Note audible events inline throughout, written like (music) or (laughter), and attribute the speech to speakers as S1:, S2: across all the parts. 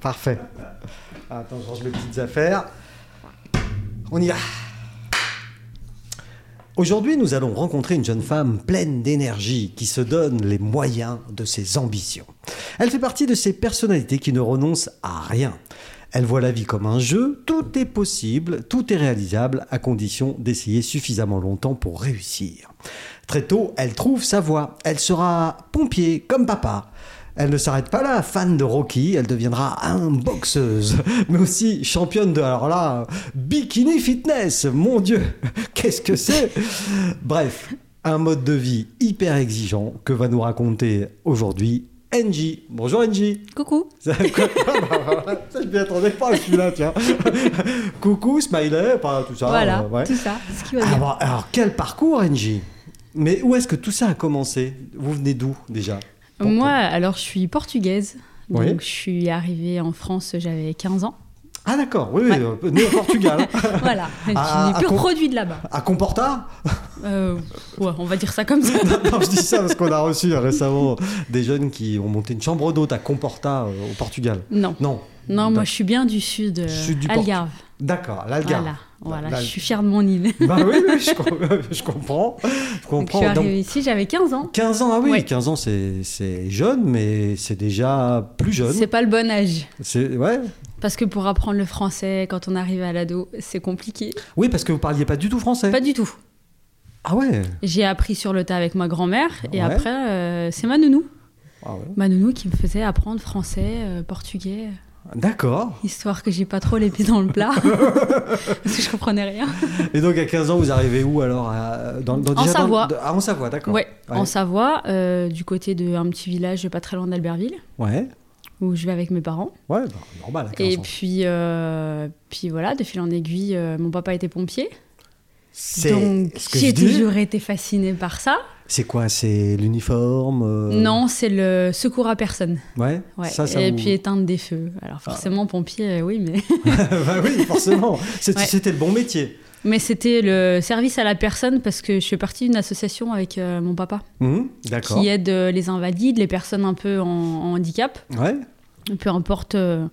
S1: Parfait. Attends, je range mes petites affaires. On y va. Aujourd'hui, nous allons rencontrer une jeune femme pleine d'énergie qui se donne les moyens de ses ambitions. Elle fait partie de ces personnalités qui ne renoncent à rien. Elle voit la vie comme un jeu, tout est possible, tout est réalisable à condition d'essayer suffisamment longtemps pour réussir. Très tôt, elle trouve sa voie, elle sera pompier comme papa. Elle ne s'arrête pas là, fan de Rocky, elle deviendra un boxeuse, mais aussi championne de, alors là, bikini fitness, mon Dieu, (laughs) qu'est-ce que c'est Bref, un mode de vie hyper exigeant que va nous raconter aujourd'hui Angie. Bonjour Angie (laughs)
S2: Coucou.
S1: ça,
S2: (laughs)
S1: quoi- Ça, je m'y attendais pas à celui-là, tiens. Coucou, smiley, pas tout ça.
S2: voilà,
S1: euh, ouais.
S2: tout ça. Ce qui va
S1: Ah
S2: bien.
S1: bon, alors, quel parcours, NJ Mais où est-ce que tout ça a commencé Vous venez d'où déjà Pour-
S2: Moi, alors, je suis portugaise. Donc,
S1: Oui.
S2: je suis arrivée en France, j'avais 15
S1: (laughs)
S2: ans.
S1: Ah d'accord, oui, oui, euh, né au
S2: (laughs)
S1: Portugal.
S2: Voilà. Je
S1: Ah,
S2: suis pur
S1: à con-
S2: produit de là-bas.
S1: à Comporta (laughs)
S2: Euh, ouais, on va dire ça comme ça.
S1: Non, je dis ça parce qu'on a reçu euh, récemment des jeunes qui ont monté une chambre d'hôte à Comporta euh, au Portugal.
S2: (laughs) Non.
S1: Non,
S2: Non, moi, je suis bien du sud. euh,
S1: Sud du Portu-
S2: Algarve.
S1: d'accord, l'Algarve.
S2: Voilà. Voilà,
S1: L'Al-
S2: je suis fière de mon (laughs) île.
S1: (laughs) Bah oui, oui, je, com- (laughs) je comprends. Je
S2: Donc, je suis
S1: comprends. Donc,
S2: arrivée ici, j'avais 15 ans.
S1: 15 ans, ah oui,
S2: Ouais.
S1: 15 ans c'est- c'est jeune, mais c'est déjà plus jeune.
S2: C'est pas le bon âge.
S1: C'est ouais.
S2: Parce que pour apprendre le français, quand on arrive à l'ado, c'est compliqué.
S1: Oui, parce que vous parliez pas du tout français.
S2: Pas du tout.
S1: Ah ouais.
S2: J'ai appris sur le tas avec ma grand-mère.
S1: Ouais.
S2: Et après, euh, c'est ma nounou.
S1: Ah ouais.
S2: Ma nounou qui me faisait apprendre français, euh, portugais, euh,
S1: D'accord.
S2: histoire que j'ai pas trop les pieds dans le plat, (laughs) parce que je comprenais rien.
S1: Et donc à 15 ans, vous arrivez où alors à- dans, dans-
S2: En
S1: déjà dans-
S2: Savoie.
S1: de- ah, en Savoie, d'accord.
S2: Ouais, en Savoie, euh, du côté d'un petit village pas très loin d'Albertville,
S1: Ouais,
S2: où je vais avec mes parents.
S1: ouais, bah, normal à 15
S2: Et
S1: ans.
S2: puis, euh, puis voilà, de fil en aiguille, euh, mon papa était pompier,
S1: C'est
S2: donc
S1: ce que je
S2: j'ai
S1: dis.
S2: toujours été fascinée par ça.
S1: C'est quoi C'est l'uniforme euh,
S2: Non, c'est le secours à personne.
S1: Ouais.
S2: Ouais.
S1: Ça, ça Ah.
S2: et
S1: vous-
S2: puis éteindre des feux. Alors forcément, pompier, euh, oui, mais
S1: (laughs)
S2: (laughs)
S1: bah oui, forcément. C'est-
S2: Ouais.
S1: C'était le bon métier.
S2: mais c'était le service à la personne parce que je fais partie d'une association avec euh, mon papa.
S1: Mhm, D'accord.
S2: qui aide euh, les invalides, les personnes un peu en, en handicap,
S1: Ouais.
S2: peu importe euh,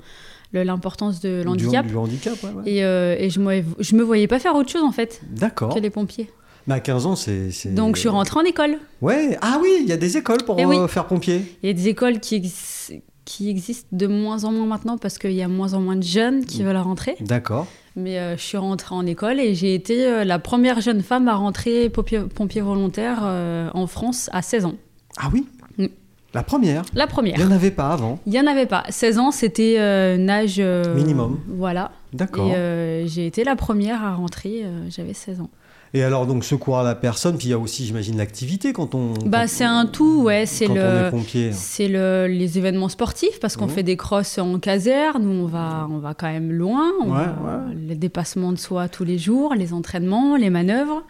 S2: le- l'importance de
S1: Du-
S2: l'handicap.
S1: Du, handicap, ouais. ouais.
S2: Et, euh, et je, me, je me voyais pas faire autre chose en fait
S1: D'accord.
S2: que les pompiers.
S1: Mais à 15 ans, c'est. c'est-
S2: Donc je suis rentrée en école.
S1: Ouais. Ah oui, il y a des écoles pour
S2: Eh oui.
S1: euh, faire pompier.
S2: Il y a des écoles qui, ex- qui existent de moins en moins maintenant parce qu'il y a moins en moins de jeunes
S1: Mm.
S2: qui veulent rentrer.
S1: D'accord.
S2: Mais euh, je suis rentrée en école et j'ai été euh, la première jeune femme à rentrer pompier, pompier volontaire euh, en France à 16 ans.
S1: Ah oui
S2: Mm.
S1: La première
S2: La
S1: Il n'y
S2: première.
S1: en avait pas avant.
S2: Il n'y en avait pas. 16 ans, c'était euh, un âge... euh,
S1: Minimum.
S2: Voilà.
S1: D'accord.
S2: Et
S1: Et,
S2: euh, j'ai été la première à rentrer, euh, j'avais 16 ans.
S1: alors, donc, secours à la personne, puis il y a aussi, j'imagine, l'activité quand on.
S2: Bah,
S1: quand-
S2: c'est un tout, ouais, c'est
S1: quand on est hein.
S2: le.
S1: pompier.
S2: C'est le, les événements sportifs parce qu'on
S1: Mhm.
S2: fait des crosses en caserne, nous on va, on va quand même loin, on
S1: Mmh. Ouais,
S2: va- les dépassements de soi tous les jours, les entraînements, les manœuvres,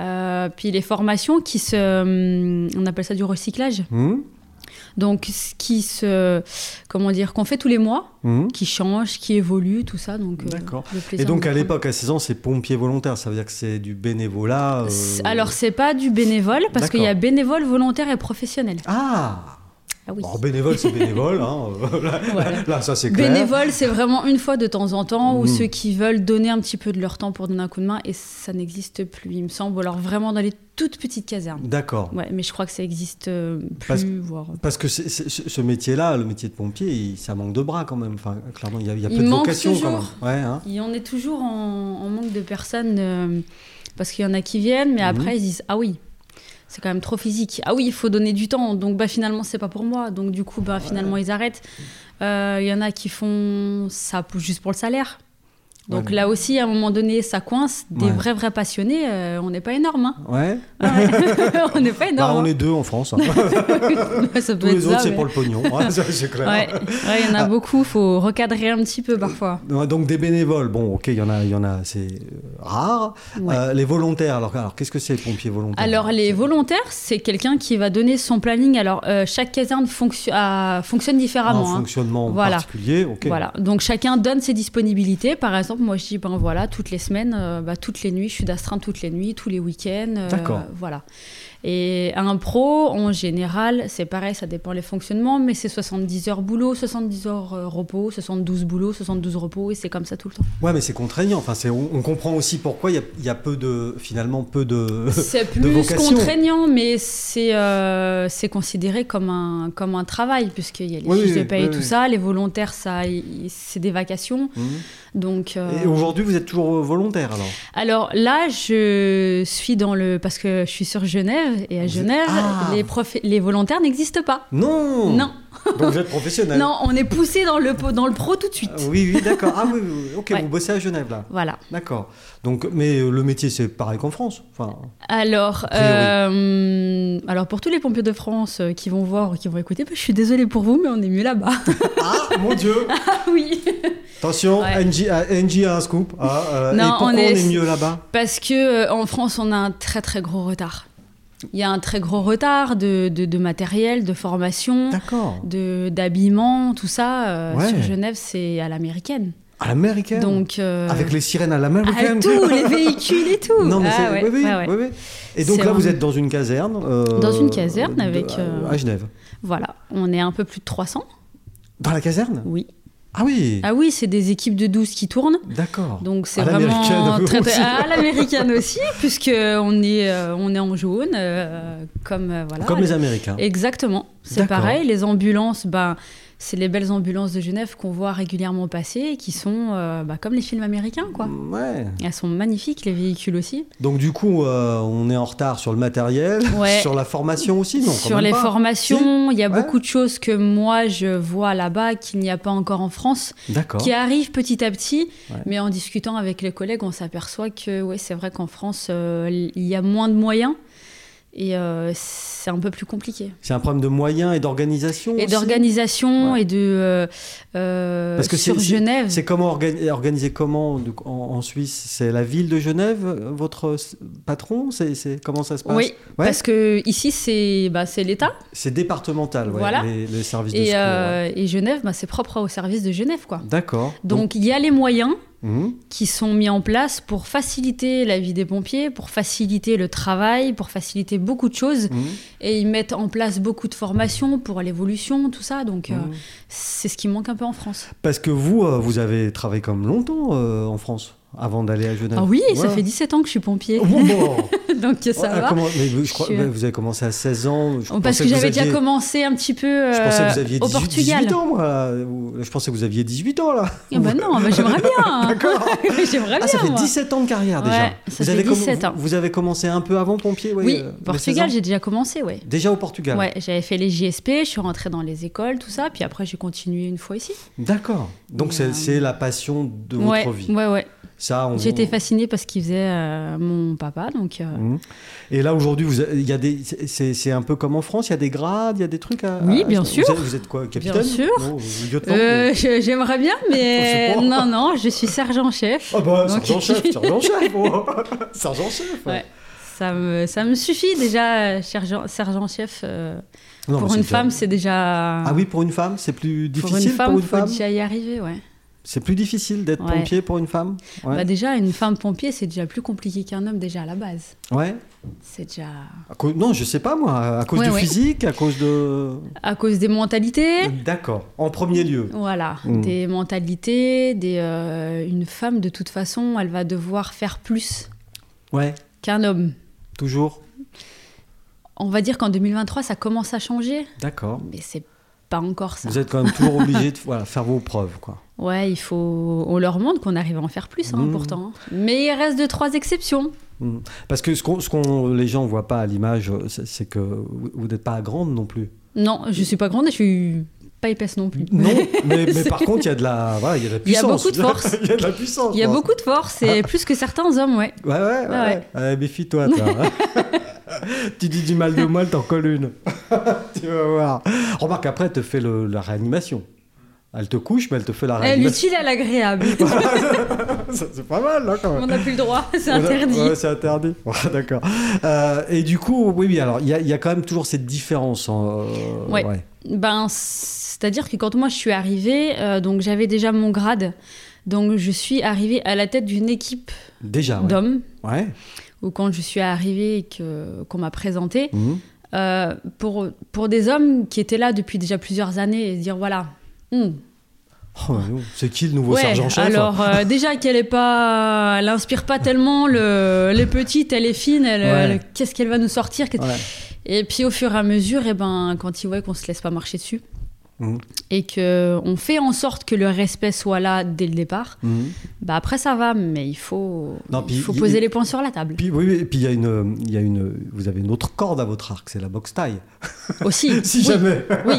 S2: Euh, puis les formations qui se, hum, on appelle ça du recyclage,
S1: Hmm
S2: donc ce qui se, comment dire, qu'on fait tous les mois,
S1: Hmm
S2: qui change, qui évolue, tout ça, donc. euh,
S1: D'accord.
S2: le plaisir
S1: Et donc, à
S2: de prendre.
S1: l'époque, à 16 ans, c'est pompier volontaire. Ça veut dire que c'est du bénévolat. euh,
S2: C'est- Alors, c'est pas du bénévole, parce qu'il y a bénévole, volontaire et professionnel.
S1: Ah
S2: Ah oui.
S1: Bon, bénévole, c'est bénévole.
S2: (laughs)
S1: hein. là,
S2: Voilà.
S1: là, ça, c'est clair.
S2: Bénévole, c'est vraiment une fois de temps en temps, ou
S1: Mm.
S2: ceux qui veulent donner un petit peu de leur temps pour donner un coup de main, et ça n'existe plus, il me semble, alors vraiment dans les toutes petites casernes.
S1: D'accord.
S2: Ouais, mais je crois que ça existe euh, plus,
S1: Parce-
S2: voire...
S1: Parce que c'est- c'est- ce ce métier-là, le métier de pompier, il- ça manque de bras quand même. Enfin, clairement, il y a, il y a
S2: Il
S1: peu de
S2: manque
S1: vocations quand
S2: toujours.
S1: même. Ouais, hein.
S2: Et on est toujours en, en manque de personnes, euh, parce qu'il y en a qui viennent, mais
S1: Mhm.
S2: après ils disent, ah oui c'est quand même trop physique. Ah oui, il faut donner du temps. Donc bah finalement c'est pas pour moi. Donc du coup bah finalement ils arrêtent. Euh, Il y en a qui font ça pou- juste pour le salaire. Donc
S1: Ouais.
S2: là aussi à un moment donné ça coince. Des
S1: Ouais.
S2: vrais vrais passionnés, euh, on n'est pas énorme. Hein.
S1: Ouais.
S2: Ouais. (laughs) on n'est
S1: Bah, on
S2: pas énorme.
S1: est deux en France. hein.
S2: (laughs) Ça
S1: Tous
S2: peut
S1: les
S2: être
S1: autres,
S2: ça,
S1: c'est
S2: mais-
S1: pour le
S2: (laughs)
S1: Ah. pognon. Ouais, ça, c'est clair.
S2: Ouais, Ouais, il y en a beaucoup. Faut recadrer un petit peu parfois.
S1: Ouais, Donc des bénévoles, bon, ok, il y en a, il y en a, c'est euh, rare.
S2: Ouais.
S1: Euh, les volontaires, alors, alors qu'est-ce que c'est les pompiers volontaires
S2: Alors les volontaires, c'est quelqu'un qui va donner son planning. Alors euh, chaque caserne fonction- a- fonctionne
S1: un
S2: différemment. hein.
S1: fonctionnement
S2: Voilà.
S1: particulier, ok.
S2: Voilà, donc chacun donne ses disponibilités. Par exemple, exemple, moi, je dis, ben voilà, toutes les semaines, euh, bah, toutes les nuits, je suis d'astreinte toutes les nuits, tous les week-ends. euh,
S1: D'accord.
S2: Voilà. Et un pro, en général, c'est pareil, ça dépend les fonctionnements, mais c'est 70 heures boulot, 70 heures euh, repos, 72 boulot, 72 repos, et c'est comme ça tout le temps.
S1: Ouais, mais c'est contraignant. Enfin, c'est, on, on comprend aussi pourquoi il y a- il y, a peu de, finalement, peu
S2: (laughs)
S1: de.
S2: C'est
S1: de
S2: plus
S1: vocation.
S2: contraignant, mais c'est euh, c'est considéré comme un, comme un travail, puisqu'il y a les
S1: Oui,
S2: fiches de
S1: oui,
S2: paye
S1: oui,
S2: et tout
S1: oui.
S2: ça, les volontaires, ça, y- y- c'est des vacations.
S1: Mhm.
S2: Donc, euh,
S1: Et aujourd'hui, vous êtes toujours volontaire alors
S2: Alors là, je suis dans le. Parce que je suis sur Genève, et à
S1: Vous êtes-
S2: Genève,
S1: Ah Oh.
S2: les, profs- les volontaires n'existent pas.
S1: Non
S2: Non,
S1: (laughs) Donc vous êtes professionnel
S2: non, on est poussé dans le, po- dans le pro tout de suite.
S1: Ah, Oui, oui, d'accord. Ah oui, oui, oui. ok,
S2: Ouais.
S1: vous bossez à Genève là.
S2: Voilà.
S1: D'accord. Donc, mais euh, le métier, c'est pareil qu'en France. Enfin,
S2: Alors,
S1: priori.
S2: euh, alors pour tous les pompiers de France euh, qui vont voir ou qui vont écouter, bah, je suis désolée pour vous, mais on est mieux là-bas. (laughs)
S1: ah, mon Dieu
S2: Ah oui.
S1: Attention,
S2: Ouais.
S1: NJ, a- NJ a un scoop. Ah, euh,
S2: Non,
S1: et pourquoi
S2: on
S1: on
S2: est-
S1: est, mieux là-bas
S2: Parce que euh, en France, on a un très très gros retard. Il y a un très gros retard de, de- de matériel, de formation,
S1: D'accord.
S2: de d'habillement, tout ça. euh,
S1: Ouais.
S2: Sur Genève, c'est à l'américaine.
S1: À l'américaine
S2: Donc euh,
S1: Avec les sirènes à
S2: avec
S1: l'américaine (laughs)
S2: tout, les véhicules et tout.
S1: Non, mais
S2: Ah
S1: c'est-
S2: ouais,
S1: oui, oui,
S2: ouais, ouais.
S1: oui, oui. Et donc
S2: C'est
S1: là, vous
S2: un-
S1: êtes dans une caserne. euh,
S2: Dans une caserne
S1: de-
S2: avec, euh,
S1: À Genève.
S2: Voilà, on est un peu plus de 300.
S1: Dans la caserne
S2: Oui.
S1: Ah oui
S2: Ah oui, c'est des équipes de 12 qui tournent.
S1: D'accord.
S2: Donc c'est
S1: À
S2: vraiment
S1: l'américaine,
S2: très, très-
S1: aussi.
S2: à l'américaine aussi, puisque on est euh, on est en jaune, euh, comme euh, voilà.
S1: Comme les Américains.
S2: Exactement, c'est
S1: D'accord.
S2: pareil. Les ambulances, ben, c'est les belles ambulances de Genève qu'on voit régulièrement passer, et qui sont euh, bah, comme les films américains,
S1: Mm.
S2: quoi.
S1: Ouais.
S2: Elles sont magnifiques, les véhicules aussi.
S1: Donc du coup, euh, on est en retard sur le matériel, (laughs)
S2: Ouais.
S1: sur la formation aussi, non quand
S2: Sur
S1: même
S2: les
S1: pas.
S2: formations, il y a
S1: Ouais.
S2: beaucoup de choses que moi je vois là-bas qu'il n'y a pas encore en France,
S1: D'accord.
S2: qui arrivent petit à petit.
S1: Ah Ouais.
S2: Mais en discutant avec les collègues, on s'aperçoit que ouais, c'est vrai qu'en France, euh, il y a moins de moyens et euh, c'est un peu plus compliqué.
S1: C'est un problème de moyens et d'organisation.
S2: Et
S1: aussi
S2: d'organisation
S1: Ouais.
S2: et de euh, euh,
S1: Parce que
S2: sur
S1: c'est-
S2: Genève.
S1: C'est comment organiser organiser comment du coup, en, en Suisse C'est la ville de Genève, euh, votre euh, patron C'est c'est- comment ça se passe
S2: Oui,
S1: Ouais.
S2: parce que ici c'est bah, c'est l'État
S1: C'est départemental, ouais,
S2: Voilà.
S1: les, les services de
S2: et,
S1: secours. ouais.
S2: euh, et Genève bah, c'est propre au service de Genève quoi.
S1: D'accord.
S2: Donc il y a les moyens
S1: Mhm.
S2: qui sont mis en place pour faciliter la vie des pompiers, pour faciliter le travail, pour faciliter beaucoup de choses.
S1: Mhm.
S2: Et ils mettent en place beaucoup de formations pour l'évolution, tout ça. Donc euh,
S1: Mhm.
S2: c'est ce qui manque un peu en France.
S1: Parce que vous, euh, vous avez travaillé comme longtemps euh, en France avant d'aller à Genève.
S2: Ah oui, ça
S1: Ouais.
S2: fait 17 ans que je suis pompier,
S1: Oh, bon.
S2: donc (laughs) ça
S1: Ah,
S2: va.
S1: comment- mais vous, je crois-
S2: suis, euh,
S1: mais vous avez commencé à 16 ans. Je
S2: Parce
S1: pensais
S2: que,
S1: vous
S2: j'avais déjà
S1: aviez-
S2: commencé un petit peu
S1: Je pensais que vous
S2: euh,
S1: aviez
S2: au
S1: 18,
S2: Portugal.
S1: 18 ans, moi. là. Ou- Je pensais que vous aviez 18 ans, là.
S2: Ah bah non, bah j'aimerais bien. hein.
S1: D'accord.
S2: (laughs) j'aimerais bien.
S1: Ah, ça fait
S2: moi.
S1: 17 ans de carrière déjà.
S2: Ouais, ça
S1: vous,
S2: fait
S1: avez comm-
S2: 17 ans.
S1: vous- vous avez commencé un peu avant pompier ouais,
S2: Oui,
S1: euh, les 16 ans
S2: Portugal, j'ai déjà commencé, ouais.
S1: Déjà au Portugal.
S2: Ouais, j'avais fait les JSP, je suis rentrée dans les écoles, tout ça, puis après j'ai continué une fois ici.
S1: D'accord. Donc
S2: Et,
S1: c'est
S2: euh,
S1: c'est la passion de
S2: ouais,
S1: votre vie. Ah
S2: ouais, ouais.
S1: Ça, on-
S2: J'étais fascinée parce qu'il faisait euh, mon papa, donc. euh,
S1: Mhm. Et là aujourd'hui, vous a- il y a des, c'est c'est un peu comme en France, il y a des grades, il y a des trucs. À,
S2: Oui,
S1: à-
S2: bien
S1: vous
S2: sûr.
S1: êtes- Vous êtes quoi, capitaine
S2: sûr.
S1: Non, vous- lieutenant.
S2: euh, je- J'aimerais bien, mais
S1: Je sais pas.
S2: non, non, je suis sergent-chef.
S1: Ah bah,
S2: Donc-
S1: sergent-chef,
S2: (laughs)
S1: sergent-chef, oh. sergent-chef.
S2: Ouais. Ça me, ça me suffit déjà, euh, sergent- sergent-chef. euh,
S1: Non, mais
S2: pour
S1: c'est
S2: une
S1: déjà-
S2: femme, c'est déjà.
S1: Ah oui, pour une femme, c'est plus
S2: pour
S1: difficile
S2: une femme,
S1: pour une
S2: faut
S1: femme.
S2: déjà y arriver, ouais.
S1: C'est plus difficile d'être
S2: Ouais.
S1: pompier pour une femme. Ouais.
S2: Bah déjà, une femme pompier, c'est déjà plus compliqué qu'un homme déjà à la base.
S1: ouais.
S2: C'est déjà
S1: À cause- Non, je sais pas moi, à cause
S2: Ouais,
S1: du
S2: ouais.
S1: physique, à cause de.
S2: à cause des mentalités.
S1: D'accord, en premier lieu.
S2: Voilà,
S1: Mm.
S2: des mentalités, des, euh, une femme de toute façon, elle va devoir faire plus
S1: Ouais,
S2: qu'un homme.
S1: toujours.
S2: On va dire qu'en 2023, ça commence à changer,
S1: D'accord.
S2: mais c'est pas encore ça.
S1: Vous êtes quand même toujours obligé de voilà, faire vos preuves, quoi.
S2: Ouais, il faut. On leur montre qu'on arrive à en faire plus, hein,
S1: Mm.
S2: pourtant. Mais il reste deux, trois exceptions.
S1: Mm. Parce que ce qu'on, ce qu'on, les gens voient pas à l'image, euh, c'est, c'est que vous vous n'êtes pas grande non plus.
S2: Non, je suis pas grande et je suis pas épaisse non plus.
S1: Non,
S2: (laughs)
S1: mais, mais par contre, il y a de la, voilà, il y a de la
S2: Il y a
S1: puissance.
S2: beaucoup de force.
S1: (laughs) Il y a de la puissance.
S2: Il y a
S1: quoi.
S2: beaucoup de force et
S1: Ah.
S2: plus que certains hommes, ouais.
S1: Ouais, ouais, ouais.
S2: Ouais, ouais.
S1: Allez, méfie-toi, toi. hein.
S2: (laughs)
S1: tu dis du mal de moi, t'en colles une. tu vas voir. Remarque, après, elle te fait le- la réanimation. Elle te couche, mais elle te fait la
S2: Eh,
S1: réanimation.
S2: L'utile à l'agréable.
S1: (laughs) Ça, c'est pas mal, hein, quand même.
S2: On n'a plus le droit, (laughs) c'est
S1: Voilà.
S2: interdit.
S1: Ouais, c'est interdit. (laughs) Ouais, D'accord. Euh, et du coup, oui, oui, alors, il y, a- il y a quand même toujours cette différence. en, euh,
S2: Ouais. Ben, c'est-à-dire que quand moi je suis arrivée, euh, donc j'avais déjà mon grade. Donc je suis arrivée à la tête d'une équipe
S1: Déjà, Ah ouais.
S2: d'hommes,
S1: Ouais.
S2: ou quand je suis arrivée et que- qu'on m'a présentée,
S1: Mhm.
S2: euh, pour, pour des hommes qui étaient là depuis déjà plusieurs années et se dire voilà. hmm,
S1: Oh, mais non, c'est qui le nouveau
S2: ouais,
S1: sergent-chef
S2: alors euh, déjà qu'elle est pas, elle inspire pas tellement le, les petites, elle est fine, elle-
S1: Ouais.
S2: elle- qu'est-ce qu'elle va nous sortir qu'est-
S1: Ouais.
S2: Et puis au fur et à mesure, eh ben quand ils voient qu'on se laisse pas marcher dessus
S1: Mhm.
S2: et que on fait en sorte que le respect soit là dès le départ,
S1: Mhm.
S2: bah après ça va, mais il faut,
S1: Non,
S2: il
S1: puis
S2: faut
S1: il-
S2: poser
S1: il-
S2: les points sur la table
S1: Puis, oui, oui, et puis il y a une, il y a une, vous avez une autre corde à votre arc, c'est la boxe taille. (laughs)
S2: aussi.
S1: Si
S2: oui, (laughs)
S1: jamais.
S2: Oui.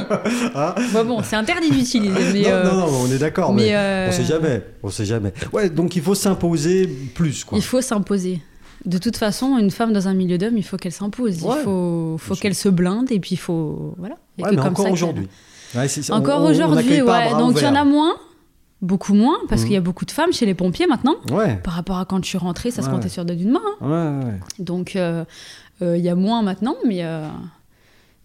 S1: Hein
S2: Bon, bon, c'est interdit d'utiliser, mais.
S1: non,
S2: euh,
S1: non, non, on est d'accord, mais,
S2: mais, euh,
S1: on sait jamais, on sait jamais. Ouais, donc il faut s'imposer plus, quoi.
S2: Il faut s'imposer. De toute façon, une femme dans un milieu d'hommes, il faut qu'elle s'impose.
S1: Ouais.
S2: Il faut, faut
S1: sûr.
S2: qu'elle se blinde et puis il faut. Voilà. Et
S1: Ouais,
S2: que
S1: mais
S2: comme ça
S1: encore
S2: qu'elle-
S1: aujourd'hui. Ouais, c'est- on-
S2: Encore
S1: on- on
S2: aujourd'hui,
S1: n'accueille pas à
S2: ouais.
S1: bras
S2: Donc il y en a moins, beaucoup moins, parce
S1: Mhm.
S2: qu'il y a beaucoup de femmes chez les pompiers maintenant.
S1: ouverts. Ouais,
S2: Par rapport à quand je suis rentrée, ça se
S1: Ouais.
S2: comptait sur deux d'une main. hein.
S1: ouais, ouais.
S2: Donc euh, euh, il y a moins maintenant, mais, euh,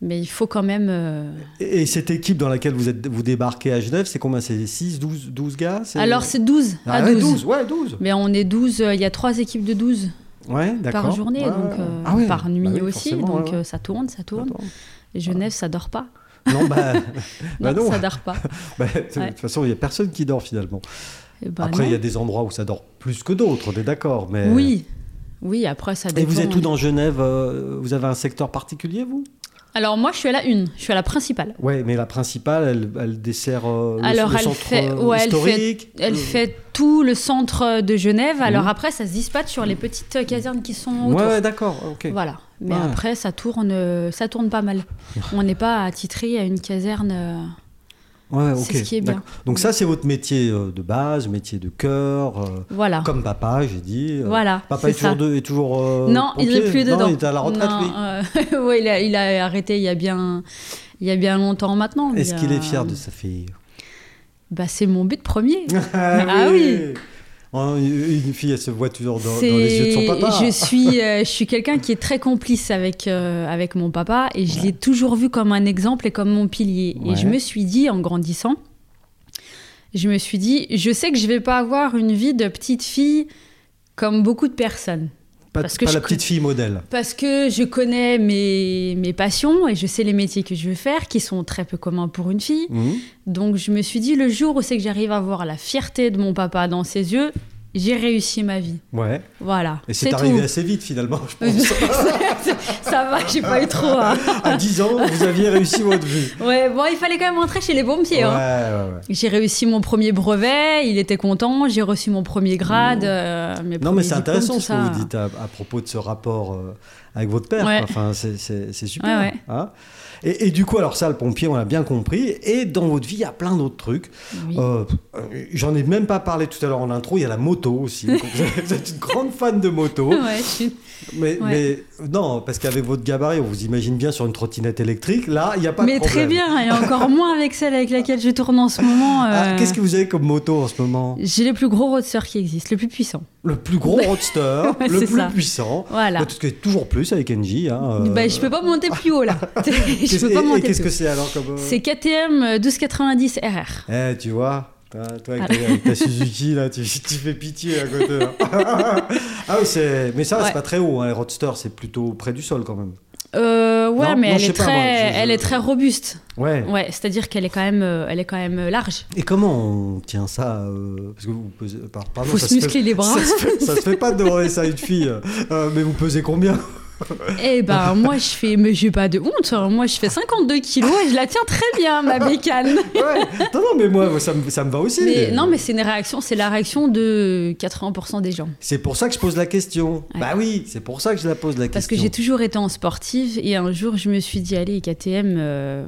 S2: mais il faut quand même. euh,
S1: Et, et cette équipe dans laquelle vous, êtes, vous débarquez à Genève, c'est combien C'est 6, 12, 12 gars
S2: Alors c'est 12
S1: Ah
S2: à
S1: ouais,
S2: 12.
S1: 12, ouais, 12.
S2: Mais on est 12, euh, il y a trois équipes de 12
S1: Ouais, d'accord.
S2: par journée,
S1: Ouais,
S2: donc
S1: ouais.
S2: euh,
S1: Ah ouais,
S2: par nuit
S1: bah oui,
S2: aussi,
S1: forcément,
S2: donc
S1: ouais, ouais.
S2: euh, ça tourne, ça tourne.
S1: Attends.
S2: Et Genève, ça dort pas.
S1: Non,
S2: (laughs)
S1: bah, bah
S2: non,
S1: non.
S2: ça dort pas.
S1: bah, de toute façon, il n'y a personne qui dort finalement.
S2: Eh ben
S1: Après, il y a
S2: non.
S1: des endroits où ça dort plus que d'autres, on est d'accord. Mais...
S2: Oui, oui, après ça
S1: Et
S2: dépend.
S1: vous êtes où dans Genève euh, Vous avez un secteur particulier, vous
S2: Alors moi, je suis à la une, je suis à la principale.
S1: Oui, mais la principale, elle, elle dessert euh, le-
S2: Alors,
S1: le,
S2: elle
S1: centre
S2: fait-
S1: euh,
S2: ouais, elle fait-
S1: historique.
S2: Elle
S1: Euh,
S2: fait tout le centre de Genève. Alors
S1: Mhm.
S2: après, ça se dispatche sur les petites euh, casernes qui sont
S1: Ouais,
S2: autour.
S1: ouais, d'accord, ok.
S2: Voilà. Mais
S1: Ouais.
S2: après, ça tourne, euh, ça tourne pas mal. On n'est pas attitré à une caserne. euh,
S1: Ouais,
S2: C'est
S1: ok,
S2: ce qui est bien. Mm.
S1: d'accord. Donc ça, c'est votre métier euh, de base, métier de cœur, euh,
S2: Voilà.
S1: comme papa, j'ai dit. euh,
S2: Ah. Voilà.
S1: Papa
S2: c'est
S1: est toujours,
S2: ça.
S1: de, est toujours euh,
S2: non, il
S1: pompier
S2: n'est plus dedans.
S1: Non, il est à la retraite,
S2: Non,
S1: lui.
S2: euh, (laughs) ouais, il, a, il a arrêté il y a bien, il y a bien longtemps maintenant. mais,
S1: Est-ce qu'il est fier
S2: euh,
S1: de sa fille
S2: Bah, c'est mon
S1: (laughs)
S2: but premier.
S1: Ah,
S2: Ah
S1: oui Oh, Une fille, elle se voit toujours dans, dans les yeux de son
S2: C'est-
S1: papa.
S2: Je suis,
S1: (laughs)
S2: euh, je suis quelqu'un qui est très complice avec, euh, avec mon papa et je l'ai toujours vu comme un exemple et comme mon pilier.
S1: Ouais.
S2: Et je me suis dit, en grandissant, je me suis dit, je sais que je vais pas avoir une vie de petite fille comme beaucoup de personnes.
S1: Pas,
S2: parce que
S1: pas
S2: je
S1: la
S2: cou-
S1: petite fille modèle.
S2: Parce que je connais mes, mes passions et je sais les métiers que je veux faire, qui sont très peu communs pour une fille.
S1: Mhm.
S2: Donc je me suis dit, le jour où c'est que j'arrive à voir la fierté de mon papa dans ses yeux, j'ai réussi ma vie.
S1: Ouais.
S2: Voilà.
S1: Et c'est
S2: tout. Euh,
S1: arrivé assez vite finalement, je
S2: (laughs)
S1: pense.
S2: ça va, j'ai pas eu trop. hein.
S1: à 10 ans, vous aviez réussi votre
S2: (laughs)
S1: vue.
S2: Ouais, bon, il fallait quand même rentrer chez les pompiers.
S1: Ouais, ouais,
S2: hein.
S1: ouais.
S2: J'ai réussi mon premier brevet, il était content, j'ai reçu mon premier grade. euh, mes
S1: Non, mais
S2: premiers
S1: c'est
S2: diplômes,
S1: intéressant
S2: tout
S1: ce
S2: ça.
S1: que vous dites hein, à, à propos de ce rapport euh, avec votre père.
S2: Ouais.
S1: quoi. Enfin, c'est- c'est c'est super.
S2: Ouais, ouais.
S1: hein. et, et du coup, alors ça, le pompier, on l'a bien compris. Et dans votre vie, il y a plein d'autres trucs.
S2: Oui.
S1: Euh, euh, J'en ai même pas parlé tout à l'heure en intro. Il y a la moto
S2: (laughs)
S1: aussi. vous êtes une grande fan de moto.
S2: (laughs) Ouais, je suis-
S1: Mais,
S2: Ouais.
S1: mais non, parce qu'avec votre gabarit, on vous imagine bien sur une trottinette électrique. Là, il n'y a pas
S2: mais
S1: de problème.
S2: très bien,
S1: (laughs)
S2: et encore moins avec celle avec laquelle je tourne en ce moment.
S1: Ah,
S2: euh,
S1: Qu'est-ce que vous avez comme moto en ce moment
S2: J'ai le plus gros roadster qui existe, le plus puissant.
S1: Le plus
S2: (laughs)
S1: gros roadster,
S2: Ouais,
S1: le
S2: c'est
S1: plus
S2: ça.
S1: puissant.
S2: Voilà.
S1: Bah, tout ce qui est toujours plus avec NJ. Hein, euh,
S2: Bah, je peux pas monter plus
S1: (laughs)
S2: haut là. (laughs) je
S1: qu'est-ce-
S2: peux pas
S1: et- et
S2: monter
S1: Qu'est-ce que
S2: plus haut.
S1: c'est alors comme. euh,
S2: C'est KTM euh, 1290 RR.
S1: Eh, tu vois, toi toi avec,
S2: Ah.
S1: ta- avec ta Suzuki, là, tu, (laughs) tu fais pitié à côté. hein. (laughs) ah oui, c'est. Mais ça, c'est
S2: Ouais.
S1: pas très haut. hein, les roadsters, c'est plutôt près du sol quand même.
S2: Euh, ouais,
S1: Non,
S2: mais
S1: non,
S2: elle,
S1: je sais
S2: est
S1: pas,
S2: très,
S1: moi, je- je-
S2: elle est très robuste.
S1: Ouais.
S2: Ouais, c'est-à-dire qu'elle est quand même, euh, elle est quand même large.
S1: Et comment on tient ça euh, Parce que vous pesez. par- Pardon,
S2: Faut
S1: ça
S2: se
S1: se fait-
S2: muscler les bras.
S1: Ça se, fait, ça se fait pas de demander ça à une fille. Euh, mais vous pesez combien (laughs)
S2: Eh ben, moi, je fais, mais j'ai pas de honte. hein. Moi, je fais 52 kilos et je la tiens très bien, ma
S1: (laughs)
S2: bécane.
S1: Ouais. Non, non, mais moi, ça me, ça me va aussi.
S2: Mais non, mais c'est une réaction, c'est la réaction de 80% des gens.
S1: C'est pour ça que je pose la question.
S2: Ouais.
S1: Bah oui, c'est pour ça que je la pose la
S2: Parce que
S1: question.
S2: j'ai toujours été en sportive et un jour, je me suis dit, allez, KTM, euh,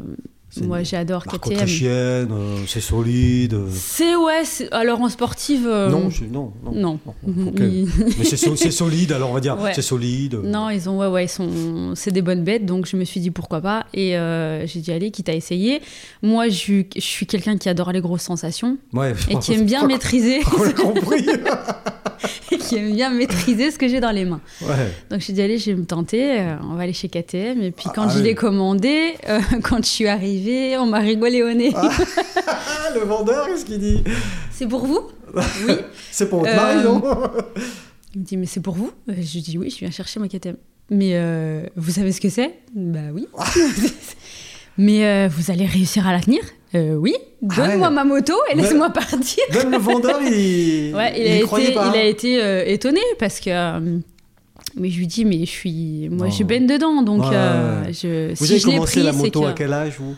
S1: C'est
S2: moi,
S1: une
S2: j'adore
S1: Marque
S2: KTM.
S1: autrichienne, euh, c'est solide. euh.
S2: C'est ouais, c'est- alors en sportive. euh,
S1: Non, je- non, non.
S2: (laughs) non. Mm-hmm.
S1: non, ok. Mais c'est so- c'est solide, alors on va dire.
S2: Ouais.
S1: C'est solide. euh.
S2: Non, ils ont, ouais, ouais, ils sont, c'est des bonnes bêtes, donc je me suis dit pourquoi pas, et euh, j'ai dit allez, quitte à essayer. Moi, je,
S1: (laughs)
S2: je suis quelqu'un qui adore les grosses sensations
S1: Ouais.
S2: et qui aime bien maîtriser.
S1: On l'a compris.
S2: (laughs)
S1: (laughs)
S2: et qui aime bien maîtriser ce que j'ai dans les mains.
S1: Ouais.
S2: Donc je suis dit, allez, je vais me tenter, euh, on va aller chez KTM. Et puis quand
S1: Ah,
S2: je
S1: oui.
S2: l'ai commandé, euh, (laughs) quand je suis arrivée, on m'a rigolé au nez.
S1: Ah, le vendeur, qu'est-ce qu'il dit
S2: (laughs) C'est pour vous Oui.
S1: C'est pour votre
S2: Euh,
S1: mari, non
S2: Il me dit, mais c'est pour vous Euh, Je lui dis, oui, je viens chercher ma KTM. Mais euh, vous savez ce que c'est Bah
S1: (laughs)
S2: oui. mais euh, vous allez réussir à la tenir Euh, Oui.
S1: Ah ouais.
S2: Donne-moi ma moto et
S1: Ouais.
S2: laisse-moi partir.
S1: Même le vendeur, il,
S2: Ouais, il,
S1: y
S2: a
S1: croyait
S2: été,
S1: pas.
S2: il a
S1: hein.
S2: été euh, étonné parce que. euh, mais je lui dis, mais je suis. Moi,
S1: Non.
S2: je baigne dedans, donc.
S1: Ouais,
S2: euh,
S1: ouais, ouais.
S2: je,
S1: Vous
S2: si
S1: avez
S2: je l'ai
S1: commencé
S2: pris,
S1: la
S2: c'est
S1: moto
S2: que-
S1: à quel âge, vous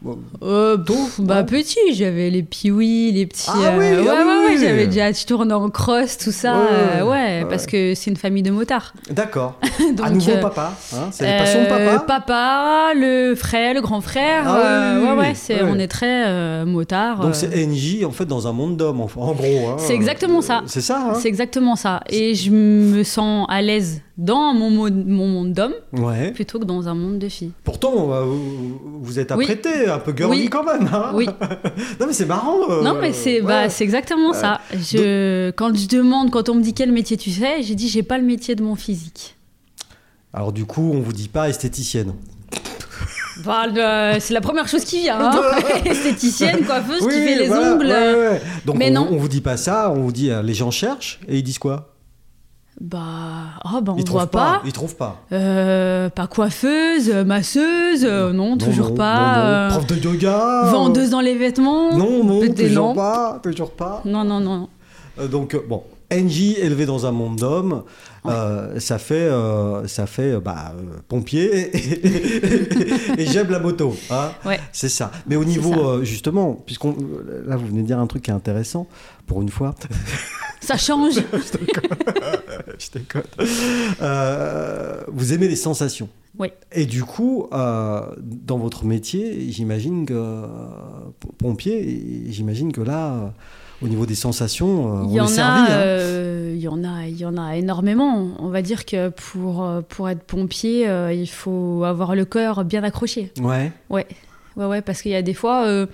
S1: Bon.
S2: Euh, pff, bah,
S1: non
S2: petit, j'avais les piouis, les petits. euh,
S1: Ah oui,
S2: ouais,
S1: ah
S2: ouais,
S1: oui.
S2: ouais, j'avais déjà. Tu tournes en cross, tout ça.
S1: Ouais,
S2: euh,
S1: ouais,
S2: ouais,
S1: ouais.
S2: parce que c'est une famille de motards. (laughs)
S1: D'accord.
S2: Donc,
S1: à nouveau,
S2: euh,
S1: papa. hein, c'est les passions de
S2: euh,
S1: papa.
S2: papa, le frère, le grand frère.
S1: Ah
S2: euh,
S1: oui, oui,
S2: ouais,
S1: oui,
S2: ouais, c'est,
S1: ouais.
S2: on est très euh, motards. euh,
S1: Donc c'est NJ, en fait, dans un monde d'hommes, en, en gros. hein.
S2: C'est exactement ça.
S1: C'est ça, hein
S2: C'est exactement ça. Et je me sens à l'aise dans mon, mo- mon monde d'homme
S1: Ouais.
S2: plutôt que dans un monde de filles.
S1: Pourtant, euh, vous, vous êtes
S2: Oui.
S1: apprêté, un peu girly
S2: Oui.
S1: quand même. hein. (laughs)
S2: Oui.
S1: non, mais c'est marrant. euh,
S2: non, mais c'est
S1: ouais.
S2: bah, c'est exactement ça. Je, Quand je demande, quand on me dit quel métier tu fais, j'ai dit j'ai pas le métier de mon physique.
S1: Alors du coup, on vous dit pas esthéticienne.
S2: Bah, euh, c'est la première chose qui vient.
S1: (laughs)
S2: Hein (laughs) Esthéticienne, coiffeuse qui fait les
S1: voilà,
S2: ongles.
S1: ouais, ouais, ouais. Donc
S2: Mais
S1: on,
S2: non.
S1: on vous dit pas ça, on vous dit euh, les gens cherchent et ils disent quoi
S2: Bah, oh, bah on
S1: Ils
S2: voit
S1: trouvent
S2: pas.
S1: Ils trouvent pas.
S2: Euh, pas coiffeuse, masseuse, euh, non, toujours
S1: non,
S2: pas.
S1: non, non.
S2: euh,
S1: Prof de yoga. euh,
S2: vendeuse dans les vêtements.
S1: Non, non,
S2: peut-être
S1: toujours
S2: non.
S1: pas, toujours pas.
S2: Non, non, non.
S1: Euh, donc euh, bon, NJ élevé dans un monde d'hommes, euh, ça fait euh, ça fait euh, bah, euh, pompier et, et j'aime la moto, hein.
S2: Ouais.
S1: C'est ça. Mais au
S2: C'est
S1: niveau
S2: ça.
S1: euh, justement, puisqu'on euh, là vous venez de dire un truc qui est intéressant pour une fois. (laughs)
S2: Ça change.
S1: Je déconne. Euh, vous aimez les sensations.
S2: Oui.
S1: Et du coup, euh, dans votre métier, j'imagine que euh, pompier, j'imagine que là, euh, au niveau des sensations, euh,
S2: Il
S1: (laughs)
S2: y
S1: on
S2: en
S1: est
S2: a,
S1: servi. hein.
S2: euh, il y en a, il y en a énormément. On va dire que pour euh, pour être pompier, euh, il faut avoir le cœur bien accroché.
S1: Ouais,
S2: Ouais, ouais, ouais, parce qu'il y a des fois, euh,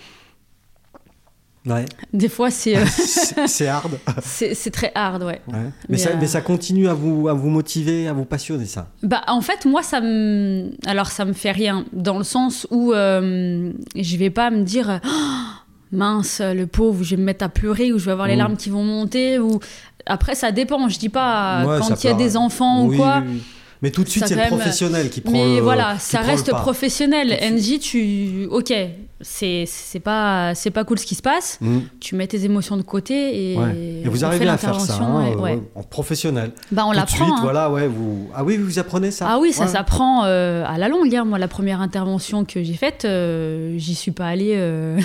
S2: (laughs)
S1: ouais.
S2: des fois c'est euh, (laughs)
S1: C'est c'est hard.
S2: c'est c'est très hard, ouais.
S1: Ouais. Mais,
S2: Mais,
S1: ça,
S2: euh,
S1: mais ça continue à vous, à vous motiver, à vous passionner, ça.
S2: Bah, en fait, moi, ça me. Alors, ça me fait rien, dans le sens où euh, je vais pas me dire. Ah, mince, le pauvre, je vais me mettre à pleurer, ou je vais avoir les
S1: Mm.
S2: larmes qui vont monter, ou. Après, ça dépend, je dis pas
S1: Ouais,
S2: euh,
S1: ça
S2: quand il y a
S1: peut-
S2: des enfants
S1: Oui,
S2: ou quoi.
S1: oui, oui. Mais tout de suite,
S2: Ça,
S1: c'est le
S2: quand même,
S1: professionnel qui prend
S2: Mais
S1: le-
S2: voilà,
S1: qui
S2: ça
S1: prend le
S2: reste
S1: pas.
S2: professionnel.
S1: Tout de
S2: NJ, tu. Ok, c'est c'est pas, c'est pas cool ce qui se passe.
S1: Mm,
S2: Tu mets tes émotions de côté et.
S1: ouais. Et vous
S2: on
S1: arrivez
S2: fait
S1: à faire ça
S2: l'intervention,
S1: hein,
S2: ouais, ouais.
S1: euh, en professionnel.
S2: Bah, on
S1: Tout de
S2: l'apprend.
S1: suite,
S2: hein.
S1: voilà, ouais, vous... Ah oui, vous apprenez ça
S2: Ah oui, ça
S1: Ouais.
S2: s'apprend euh, à la longue. hein. Moi, la première intervention que j'ai faite, euh, j'y suis pas allée.
S1: (laughs)
S2: euh,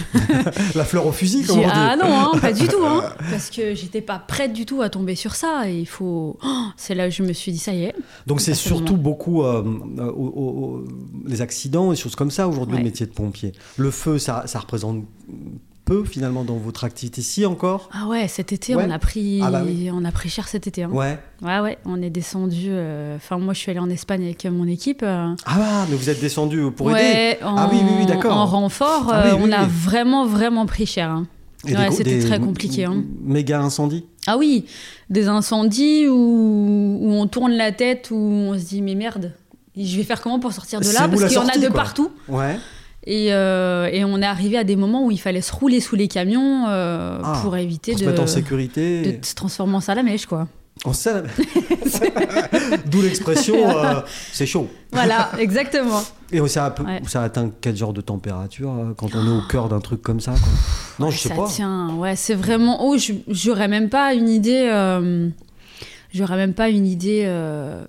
S1: La fleur au fusil, comme
S2: j'ai-
S1: on dit.
S2: ah non, hein, pas
S1: (laughs)
S2: du tout. hein. parce que j'étais pas prête du tout à tomber sur ça. Et il faut. Oh, c'est là où je me suis dit, ça y est.
S1: Donc c'est
S2: Absolument.
S1: surtout beaucoup euh, euh, au- au- au- les accidents et choses comme ça aujourd'hui,
S2: Ouais.
S1: le métier de pompier. Le feu, ça, ça représente peu finalement dans votre activité. Si encore
S2: Ah ouais, cet été,
S1: Ouais.
S2: on, a pris,
S1: Ah bah oui.
S2: on a pris cher cet été. hein.
S1: Ouais.
S2: Ouais, ouais, on est descendu. euh, Enfin, moi, je suis allée en Espagne avec euh, mon équipe. euh,
S1: Ah, bah, mais vous êtes descendu pour aider.
S2: ouais, en,
S1: Ah oui, oui, oui, d'accord.
S2: En renfort,
S1: Ah oui,
S2: euh,
S1: oui,
S2: on a
S1: oui.
S2: vraiment, vraiment pris cher. hein.
S1: Et des
S2: Ouais,
S1: gros-
S2: c'était
S1: des
S2: très compliqué, hein.
S1: Méga incendie.
S2: Ah oui, des incendies où, où on tourne la tête, où on se dit mais merde, je vais faire comment pour sortir de
S1: C'est
S2: là
S1: où
S2: Parce
S1: la
S2: qu'il y en a
S1: sortie,
S2: de
S1: quoi.
S2: partout.
S1: Ouais.
S2: Et, euh, et on est arrivé à des moments où il fallait se rouler sous les camions euh,
S1: Ah,
S2: pour éviter
S1: Pour se
S2: de,
S1: mettre en sécurité.
S2: de se transformer en salamèche, quoi.
S1: En
S2: (laughs)
S1: salle. (laughs) D'où l'expression euh, c'est chaud. (laughs)
S2: Voilà, exactement.
S1: Et ça, a peu-
S2: Ouais.
S1: ça atteint quel genre de température euh, quand on est au cœur d'un truc comme ça quoi Non, je sais
S2: Ah, ça
S1: pas.
S2: tient, ouais, c'est vraiment haut. Je- J'aurais même pas une idée. euh, J'aurais même pas une idée. euh,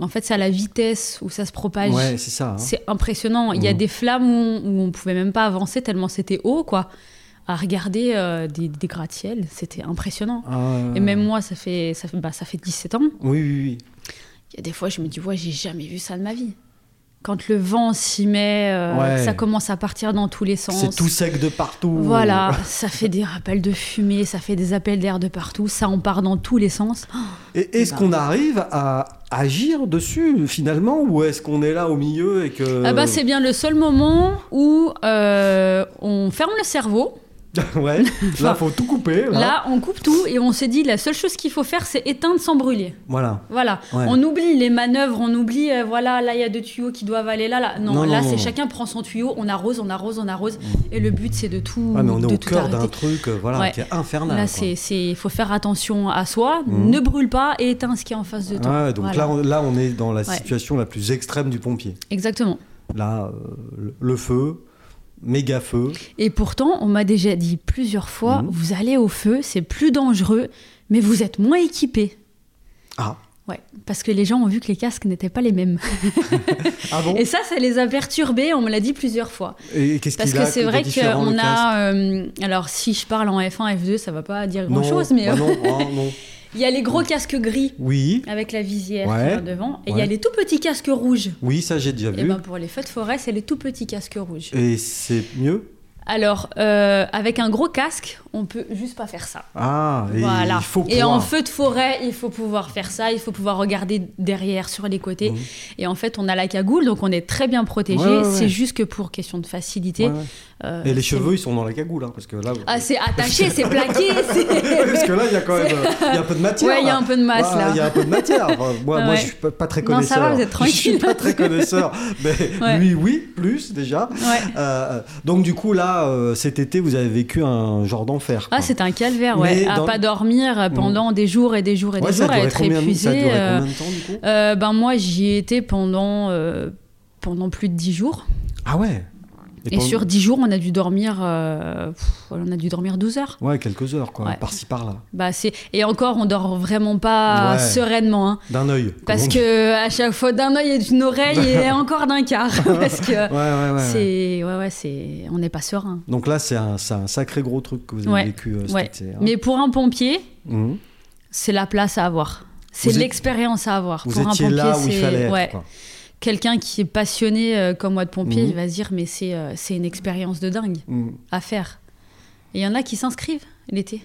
S2: En fait, c'est à la vitesse où ça se propage.
S1: Ouais, c'est ça. hein.
S2: C'est impressionnant. Il y a
S1: Mhm.
S2: des flammes où on, où on pouvait même pas avancer tellement c'était haut, quoi. À regarder euh, des, des gratte-ciels, c'était impressionnant.
S1: Ah,
S2: Et même moi, ça fait, ça, fait, bah, ça fait 17 ans.
S1: Oui, oui, oui.
S2: Il y a des fois, je me dis, ouais, j'ai jamais vu ça de ma vie. Quand le vent s'y met, euh,
S1: Ouais.
S2: que ça commence à partir dans tous les sens.
S1: C'est tout sec de partout.
S2: Voilà, ça fait des rappels de fumée, ça fait des appels d'air de partout, ça en part dans tous les sens.
S1: Euh. Et est-ce
S2: Bah.
S1: qu'on arrive à agir dessus finalement ou est-ce qu'on est là au
S2: bah,
S1: milieu et que
S2: Ah bah, c'est bien le seul moment où euh, on ferme le cerveau
S1: (laughs)
S2: (laughs)
S1: ouais, là, faut tout couper. Là,
S2: Là, on coupe tout et on s'est dit la seule chose qu'il faut faire, c'est éteindre sans brûler.
S1: voilà.
S2: Voilà.
S1: Ouais.
S2: On oublie les manœuvres, on oublie, euh, voilà, là, il y a deux tuyaux qui doivent aller là. là. Non,
S1: Non,
S2: là,
S1: non,
S2: c'est
S1: non.
S2: chacun prend son tuyau, on arrose, on arrose, on arrose. Et le but, c'est de tout.
S1: Ouais, Ah, mais on est
S2: de
S1: au
S2: tout
S1: cœur d'un
S2: arrêter.
S1: truc, euh, voilà,
S2: Ouais.
S1: qui est infernal.
S2: Là,
S1: quoi.
S2: c'est, c'est, faut faire attention à soi,
S1: Mhm.
S2: ne brûle pas et éteins ce qui est en face de toi.
S1: Ouais, donc
S2: Voilà.
S1: là, on, là, on est dans la
S2: Ouais.
S1: situation la plus extrême du pompier.
S2: Exactement.
S1: Là, euh, le- le feu, méga feu.
S2: Et pourtant, on m'a déjà dit plusieurs fois,
S1: Mhm.
S2: vous allez au feu, c'est plus dangereux, mais vous êtes moins équipé.
S1: Ah,
S2: Ouais, parce que les gens ont vu que les casques n'étaient pas les mêmes.
S1: ah bon
S2: Et ça, ça les a perturbés, on me l'a dit plusieurs fois.
S1: Et qu'est-ce
S2: Parce
S1: qu'il
S2: que
S1: a
S2: c'est
S1: de
S2: vrai
S1: différent, le
S2: qu'on
S1: casque
S2: a. euh, alors, si je parle en F1, F2, ça va pas dire
S1: Non,
S2: grand-chose, mais
S1: bah
S2: (laughs) euh,
S1: non, ah, non.
S2: il y a les gros casques gris
S1: Oui,
S2: avec la visière qui
S1: Ouais.
S2: va devant, et il y
S1: Ouais.
S2: a les tout petits casques rouges.
S1: oui, ça j'ai déjà
S2: Et
S1: vu.
S2: ben pour les feux de forêt, c'est les tout petits casques rouges.
S1: Et c'est mieux
S2: Alors, euh, avec un gros casque, on peut juste pas faire ça.
S1: Ah, et
S2: voilà.
S1: il faut
S2: et en
S1: pouvoir.
S2: feu de forêt, il faut pouvoir faire ça, il faut pouvoir regarder derrière, sur les côtés.
S1: Mhm.
S2: Et en fait, on a la cagoule, donc on est très bien protégé.
S1: Ouais, ouais, ouais.
S2: C'est juste que pour question de facilité.
S1: Ouais, ouais.
S2: euh,
S1: Et les
S2: c'est-
S1: cheveux, ils sont dans la cagoule, hein, parce que là.
S2: Ah, c'est attaché, c'est plaqué.
S1: (laughs)
S2: c'est-
S1: parce que là, il y a quand même, euh, il y a un peu de matière.
S2: (laughs) Ouais, il y a
S1: là.
S2: un peu de masse
S1: Ouais,
S2: là.
S1: Bah, Il y a un peu de matière.
S2: (laughs)
S1: Enfin, moi,
S2: Ah
S1: moi,
S2: ouais.
S1: je suis pas, pas très
S2: Non,
S1: connaisseur.
S2: ça va, vous êtes
S1: (laughs) Je suis
S2: tranquille.
S1: pas très
S2: (laughs)
S1: connaisseur, mais
S2: Ouais.
S1: lui, oui, plus déjà.
S2: Ouais.
S1: Euh, donc du coup, là, euh, cet été, vous avez vécu un genre d'enfer. quoi.
S2: Ah, c'est un calvaire, ouais.
S1: Mais
S2: À
S1: dans- Mm.
S2: pas dormir pendant des jours et des jours et
S1: Ouais,
S2: des
S1: ça
S2: jours, à
S1: durait
S2: être
S1: combien,
S2: épuisé.
S1: ça durait
S2: euh,
S1: combien de temps du coup
S2: euh, ben moi, j'y ai été pendant, euh, pendant plus de 10 jours.
S1: Ah ouais.
S2: Et,
S1: pendant-
S2: sur 10 jours, on a dû dormir, euh, pff, on a dû dormir 12 heures.
S1: Ouais, quelques heures, quoi,
S2: Ouais.
S1: par-ci par-là,
S2: Bah, c'est... Et encore, on dort vraiment pas
S1: Ouais.
S2: sereinement. hein.
S1: d'un œil. comme
S2: parce
S1: on dit.
S2: que à chaque fois d'un œil et d'une oreille et encore d'un quart. (laughs) parce que
S1: Ouais, ouais, ouais, ouais.
S2: c'est. Ouais, ouais, c'est. On n'est pas serein.
S1: Donc là, c'est un, c'est un sacré gros truc que vous avez
S2: Ouais.
S1: vécu euh, cet
S2: Ouais.
S1: été. hein.
S2: Mais pour un pompier,
S1: Mhm.
S2: c'est la place à avoir. C'est
S1: Vous êtes-
S2: l'expérience à avoir.
S1: Vous
S2: pour
S1: étiez
S2: un pompier,
S1: là où il
S2: c'est-
S1: fallait être.
S2: ouais.
S1: quoi.
S2: Quelqu'un qui est passionné euh, comme moi de pompier,
S1: Mhm.
S2: il va se dire mais c'est euh, c'est une expérience de dingue
S1: Mhm.
S2: à faire. Et il y en a qui s'inscrivent l'été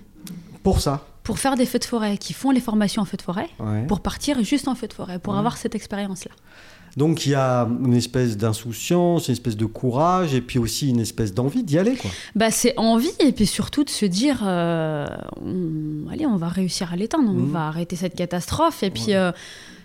S1: Pour ça.
S2: pour faire des feux de forêt, qui font les formations en feu de forêt,
S1: Ouais.
S2: pour partir juste en feu de forêt,
S1: Mhm.
S2: pour avoir cette expérience-là.
S1: Donc il y a une espèce d'insouciance, une espèce de courage et puis aussi une espèce d'envie d'y aller. Quoi.
S2: Bah, c'est envie et puis surtout de se dire euh, on- allez on va réussir à l'éteindre on
S1: Mhm.
S2: va arrêter cette catastrophe et puis
S1: Ouais.
S2: euh,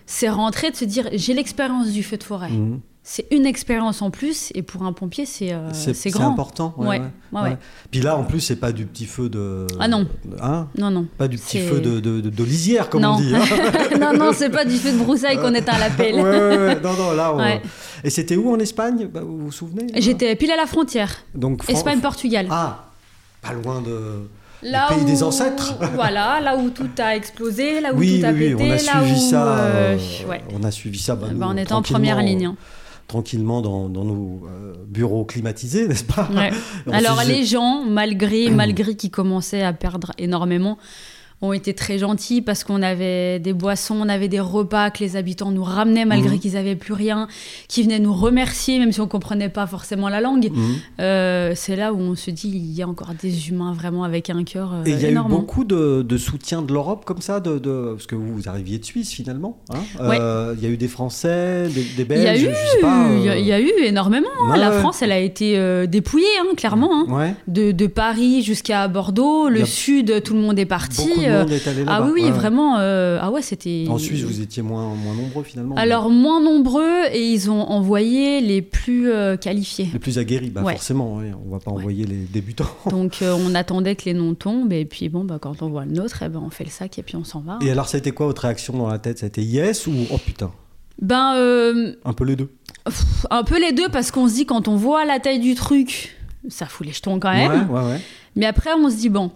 S2: c'est rentrer de se dire j'ai l'expérience du feu de forêt
S1: Mhm.
S2: c'est une expérience en plus et pour un pompier c'est euh, c'est grand
S1: important. ouais,
S2: Ouais,
S1: ouais.
S2: ouais,
S1: Ouais.
S2: ouais.
S1: Puis là, en plus, c'est pas du petit feu de.
S2: Ah non.
S1: Hein (laughs)
S2: non non (laughs)
S1: pas du petit
S2: C'est-
S1: feu de, de, de- de lisière, comme
S2: non.
S1: on dit. hein.
S2: (laughs) non non c'est pas du feu de broussailles qu'on éteint la
S1: ouais,
S2: pelle
S1: ouais, ouais. Non, non, là. on-
S2: Ouais.
S1: Et c'était où en Espagne Bah, Vous vous souvenez
S2: j'étais pile à la frontière
S1: Donc, Fran-
S2: Espagne Portugal
S1: Ah, pas loin de.
S2: là
S1: le pays
S2: où,
S1: des ancêtres. (laughs)
S2: voilà là où tout a explosé là Ah, où
S1: oui,
S2: tout a
S1: oui, oui,
S2: pété
S1: on a
S2: là
S1: suivi
S2: où
S1: ça.
S2: euh,
S1: euh,
S2: ouais.
S1: On a suivi ça. bah, nous,
S2: Bah, on était en première
S1: tranquillement,
S2: ligne hein.
S1: Tranquillement dans, dans nos euh, bureaux climatisés, n'est-ce pas
S2: Ouais.
S1: (laughs) On
S2: Alors
S1: s'est-
S2: les gens,
S1: (clears throat)
S2: malgré, malgré qu'ils commençaient à perdre énormément, ont été très gentils parce qu'on avait des boissons, on avait des repas que les habitants nous ramenaient malgré
S1: Mhm.
S2: qu'ils n'avaient plus rien, qui venaient nous remercier même si on comprenait pas forcément la langue.
S1: Mhm.
S2: Euh, c'est là où on se dit il y a encore des humains vraiment avec un cœur euh,
S1: Et il y a
S2: énorme.
S1: eu beaucoup de, de soutien de l'Europe comme ça, de, de- parce que vous, vous arriviez de Suisse finalement. hein
S2: Ouais.
S1: Euh, il y a eu des Français, des, des
S2: Il y a
S1: Belges,
S2: eu,
S1: je sais pas. euh,
S2: il y a- il y a eu énormément. hein.
S1: Ouais,
S2: La
S1: ouais.
S2: France, elle a été euh, dépouillée, hein, clairement. hein.
S1: Ouais.
S2: De, de Paris jusqu'à Bordeaux,
S1: Il y
S2: le
S1: a
S2: sud, tout le monde est parti.
S1: Beaucoup de
S2: euh,
S1: monde est allé là-bas.
S2: Ah oui, oui,
S1: Ouais.
S2: vraiment. euh, ah ouais, c'était.
S1: En Suisse, vous étiez moins, moins nombreux finalement.
S2: Alors, moins nombreux et ils ont envoyé les plus euh, qualifiés.
S1: les plus aguerris, bah,
S2: Ouais.
S1: forcément, ouais, on va pas
S2: Ouais.
S1: envoyer les débutants.
S2: Donc, euh, on attendait que les noms tombent et puis bon, bah, quand on voit le nôtre, eh ben, on fait le sac et puis on s'en va.
S1: Et alors, ça a été quoi votre réaction dans la tête Ça a été yes ou oh putain
S2: Ben, euh,
S1: Un peu les deux.
S2: pff, un peu les deux parce qu'on se dit quand on voit la taille du truc, ça fout les jetons quand même.
S1: ouais, ouais.
S2: Mais après, on se dit bon,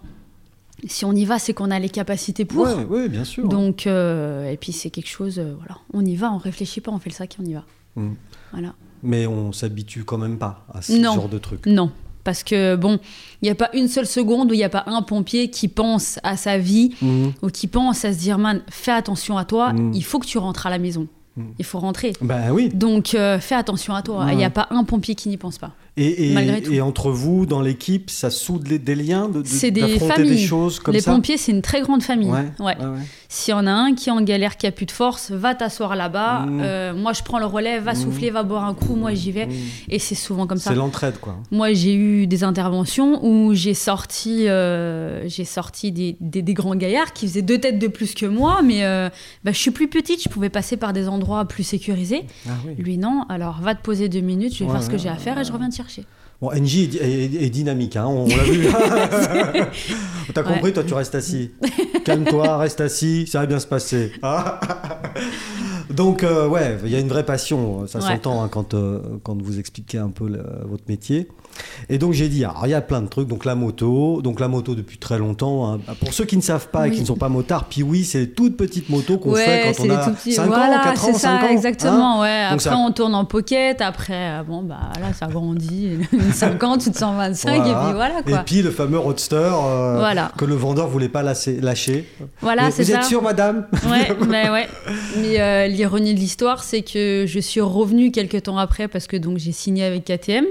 S2: si on y va, c'est qu'on a les capacités pour.
S1: Ouais, ouais, bien sûr.
S2: Donc, euh, et puis c'est quelque chose, euh, voilà, on y va, on réfléchit pas, on fait le sac et on y va.
S1: Mm.
S2: Voilà.
S1: Mais on s'habitue quand même pas à ce
S2: Non.
S1: genre de truc.
S2: Non, parce que bon, il n'y a pas une seule seconde où il n'y a pas un pompier qui pense à sa vie
S1: Mhm.
S2: ou qui pense à se dire, man, fais attention à toi,
S1: Mm.
S2: il faut que tu rentres à la maison.
S1: Mm.
S2: Il faut rentrer.
S1: Ben oui.
S2: Donc euh, fais attention à toi. Il
S1: Ouais.
S2: n'y a pas un pompier qui n'y pense pas.
S1: Et, et-
S2: Malgré tout.
S1: et entre vous, dans l'équipe, ça soude les- des liens de, de-
S2: C'est des
S1: d'affronter
S2: familles.
S1: des choses comme
S2: Les
S1: ça
S2: pompiers, c'est une très grande famille.
S1: Ouais,
S2: Ouais.
S1: ouais, ouais.
S2: S'il y en a un qui est en galère, qui a plus de force, va t'asseoir là-bas.
S1: Mmh.
S2: Euh, moi, je prends le relais, va
S1: Mmh.
S2: souffler, va boire un coup. Moi, j'y vais. Et c'est souvent comme ça.
S1: Mm. C'est l'entraide, quoi.
S2: Moi, j'ai eu des interventions où j'ai sorti, euh, j'ai sorti des, des- des grands gaillards qui faisaient deux têtes de plus que moi, mais euh, bah, je suis plus petite, je pouvais passer par des endroits plus sécurisés.
S1: Ah oui.
S2: Lui, non, alors va te poser deux minutes, je vais
S1: Ouais,
S2: faire ce que
S1: ouais,
S2: j'ai à faire et je reviens te chercher.
S1: Bon, NJ est, est- est dynamique, hein, on l'a
S2: (laughs)
S1: vu. T'as compris, toi, tu restes assis. Calme-toi, reste assis, ça va bien se passer. (laughs) Ah. Donc, euh, ouais, il y a une vraie passion, ça
S2: Ouais.
S1: s'entend hein, quand, euh, quand vous expliquez un peu le- votre métier. Et donc, j'ai dit, alors, il y a plein de trucs, donc la moto, donc la moto depuis très longtemps. hein. Pour ceux qui ne savent pas et qui
S2: Oui.
S1: ne sont pas motards, puis oui, c'est les toutes petites motos qu'on fait quand on
S2: des
S1: a
S2: tout petits-
S1: 5
S2: voilà,
S1: ans, 4 ans,
S2: c'est
S1: 5
S2: ça,
S1: ans. hein.
S2: exactement, ouais.
S1: Donc
S2: Après,
S1: ça-
S2: on tourne en pocket, après, euh, bon, bah là, ça grandit, (laughs) une 50, une 125, et puis voilà, quoi.
S1: Et puis le fameux roadster euh,
S2: Voilà.
S1: que le vendeur voulait pas lasser- lâcher.
S2: voilà,
S1: Mais
S2: c'est
S1: vous
S2: ça.
S1: êtes sûr, madame
S2: Ouais, mais ouais. Mais euh, l'ironie de l'histoire, c'est que je suis revenue quelques temps après parce que donc j'ai signé avec KTM.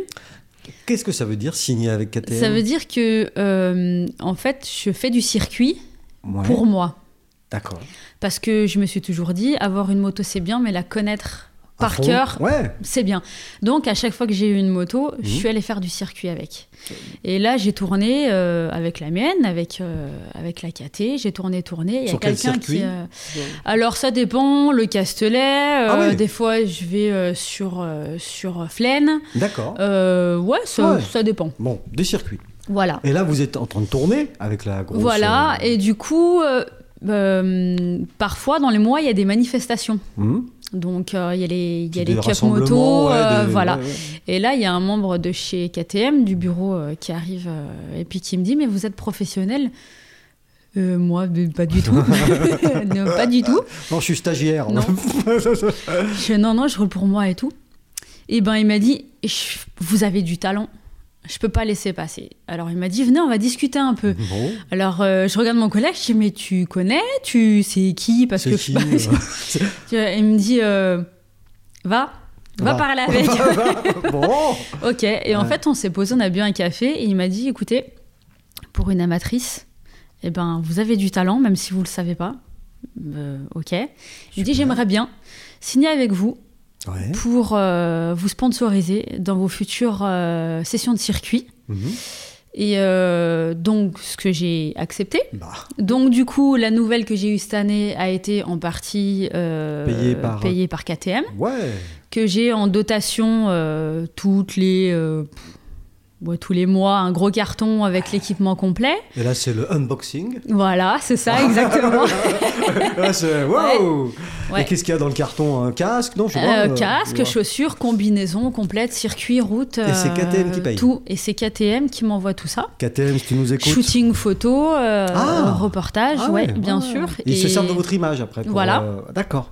S1: Qu'est-ce que ça veut dire signer avec KTM
S2: Ça veut dire que euh, en fait, je fais du circuit
S1: Ouais,
S2: pour moi
S1: D'accord.
S2: parce que je me suis toujours dit avoir une moto c'est bien, mais la connaître
S1: À
S2: par
S1: fond.
S2: cœur
S1: Ouais.
S2: c'est bien. Donc à chaque fois que j'ai eu une moto, je
S1: Mhm.
S2: suis allée faire du circuit avec. Et là, j'ai tourné euh, avec la mienne, avec euh, avec la KT, j'ai tourné tourné. Il y a
S1: Sur quel
S2: quelqu'un
S1: circuit
S2: qui euh, Alors ça dépend, le Castellet, euh,
S1: Ah ouais.
S2: des fois je vais euh, sur, euh, sur Flaine.
S1: D'accord.
S2: Euh, ouais, ça,
S1: Ouais.
S2: ça dépend.
S1: Bon, des circuits.
S2: Voilà.
S1: Et là, vous êtes en train de tourner avec la grosse.
S2: Voilà,
S1: euh,
S2: et du coup, euh, euh, parfois dans les mois, il y a des manifestations.
S1: hum,
S2: Donc euh, il y a les, il y a
S1: des
S2: les cups
S1: rassemblements,
S2: moto,
S1: ouais,
S2: euh,
S1: des-
S2: voilà.
S1: ouais, ouais.
S2: Et là, il y a un membre de chez KTM, du bureau, euh, qui arrive euh, et puis qui me dit Mais vous êtes professionnel Euh, Moi, mais
S1: (laughs)
S2: pas du tout. (laughs) Non, pas du tout.
S1: Non, je suis stagiaire. (laughs)
S2: Non. Je fais, non, non, je roule pour moi et tout. Et ben, il m'a dit, Je- vous avez du talent. Je peux pas laisser passer. Alors, il m'a dit, venez, on va discuter un peu.
S1: Bon,
S2: Alors, euh, je regarde mon collègue, je dis, mais tu connais Tu sais qui Parce
S1: c'est
S2: que
S1: qui
S2: je sais pas. Tu vois, (laughs) Il me dit, euh, va, va,
S1: Va.
S2: parler avec.
S1: (laughs) euh, Bon.
S2: ok. Et en
S1: Ouais.
S2: fait, on s'est posé, on a bu un café et il m'a dit, écoutez, pour une amatrice, eh ben, vous avez du talent, même si vous le savez pas. Euh, ok. Il me
S1: Super.
S2: dit, j'aimerais bien signer avec vous
S1: Ouais.
S2: pour euh, vous sponsoriser dans vos futures euh, sessions de circuit.
S1: Mhm.
S2: Et euh, donc, ce que j'ai accepté.
S1: Bah,
S2: Donc, du coup, la nouvelle que j'ai eue cette année a été en partie euh,
S1: Payée par-
S2: payée par KTM,
S1: ouais.
S2: que j'ai en dotation euh, toutes les, euh, ouais, tous les mois un gros carton avec l'équipement complet.
S1: Et là, c'est le unboxing.
S2: Voilà, c'est ça,
S1: (laughs)
S2: exactement.
S1: Là, c'est wow.
S2: Ouais.
S1: Et qu'est-ce qu'il y a dans le carton Un casque Non, je sais pas,
S2: Euh,
S1: euh,
S2: casque,
S1: ouais.
S2: chaussures, combinaison complète, circuit, route.
S1: Et c'est
S2: euh,
S1: KTM qui paye.
S2: Tout. Et c'est KTM qui m'envoie tout ça.
S1: KTM, si tu nous écoutes.
S2: Shooting photo, euh,
S1: Ah.
S2: reportage,
S1: Ah
S2: ouais,
S1: ouais.
S2: bien
S1: Ah.
S2: sûr.
S1: Ils se servent de votre image après. pour,
S2: Voilà.
S1: euh, D'accord.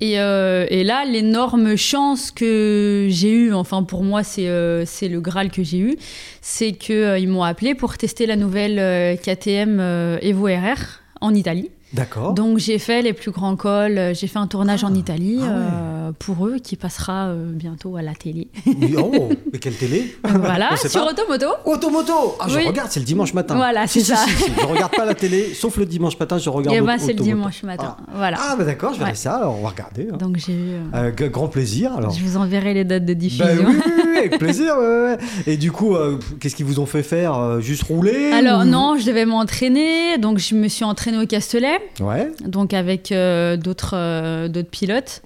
S2: et, euh, et là, l'énorme chance que j'ai eue, enfin pour moi c'est euh, c'est le Graal que j'ai eu, c'est qu'ils m'ont appelé pour tester la nouvelle euh, KTM euh, Evo RR en Italie.
S1: D'accord.
S2: Donc j'ai fait les plus grands cols, euh, j'ai fait un tournage
S1: Oh. Ah.
S2: en Italie
S1: Ah ouais.
S2: euh, pour eux qui passera euh, bientôt à
S1: (laughs)
S2: la télé.
S1: Mais, oh, mais quelle
S2: (laughs)
S1: télé On
S2: voilà,
S1: sait
S2: sur
S1: pas.
S2: Automoto.
S1: Automoto Ah, je
S2: Oui.
S1: regarde, c'est le dimanche matin.
S2: Voilà,
S1: Si,
S2: c'est
S1: si,
S2: ça.
S1: si, si, Je regarde pas la télé, sauf le dimanche matin, je regarde
S2: Et ben
S1: Auto-
S2: c'est le
S1: Automoto.
S2: dimanche matin. Voilà.
S1: Ah, bah d'accord, je verrai
S2: Ouais.
S1: ça, alors on va regarder. hein.
S2: Donc j'ai eu. euh,
S1: Avec grand plaisir, alors.
S2: Je vous enverrai les dates de diffusion.
S1: Bah oui, oui, oui,
S2: (laughs)
S1: avec plaisir. ouais, ouais. Et du coup, euh, qu'est-ce qu'ils vous ont fait faire euh, Juste rouler
S2: Alors
S1: ou-
S2: non, je devais m'entraîner, donc je me suis entraînée au Castellet,
S1: Ouais.
S2: donc avec euh, d'autres euh, d'autres pilotes.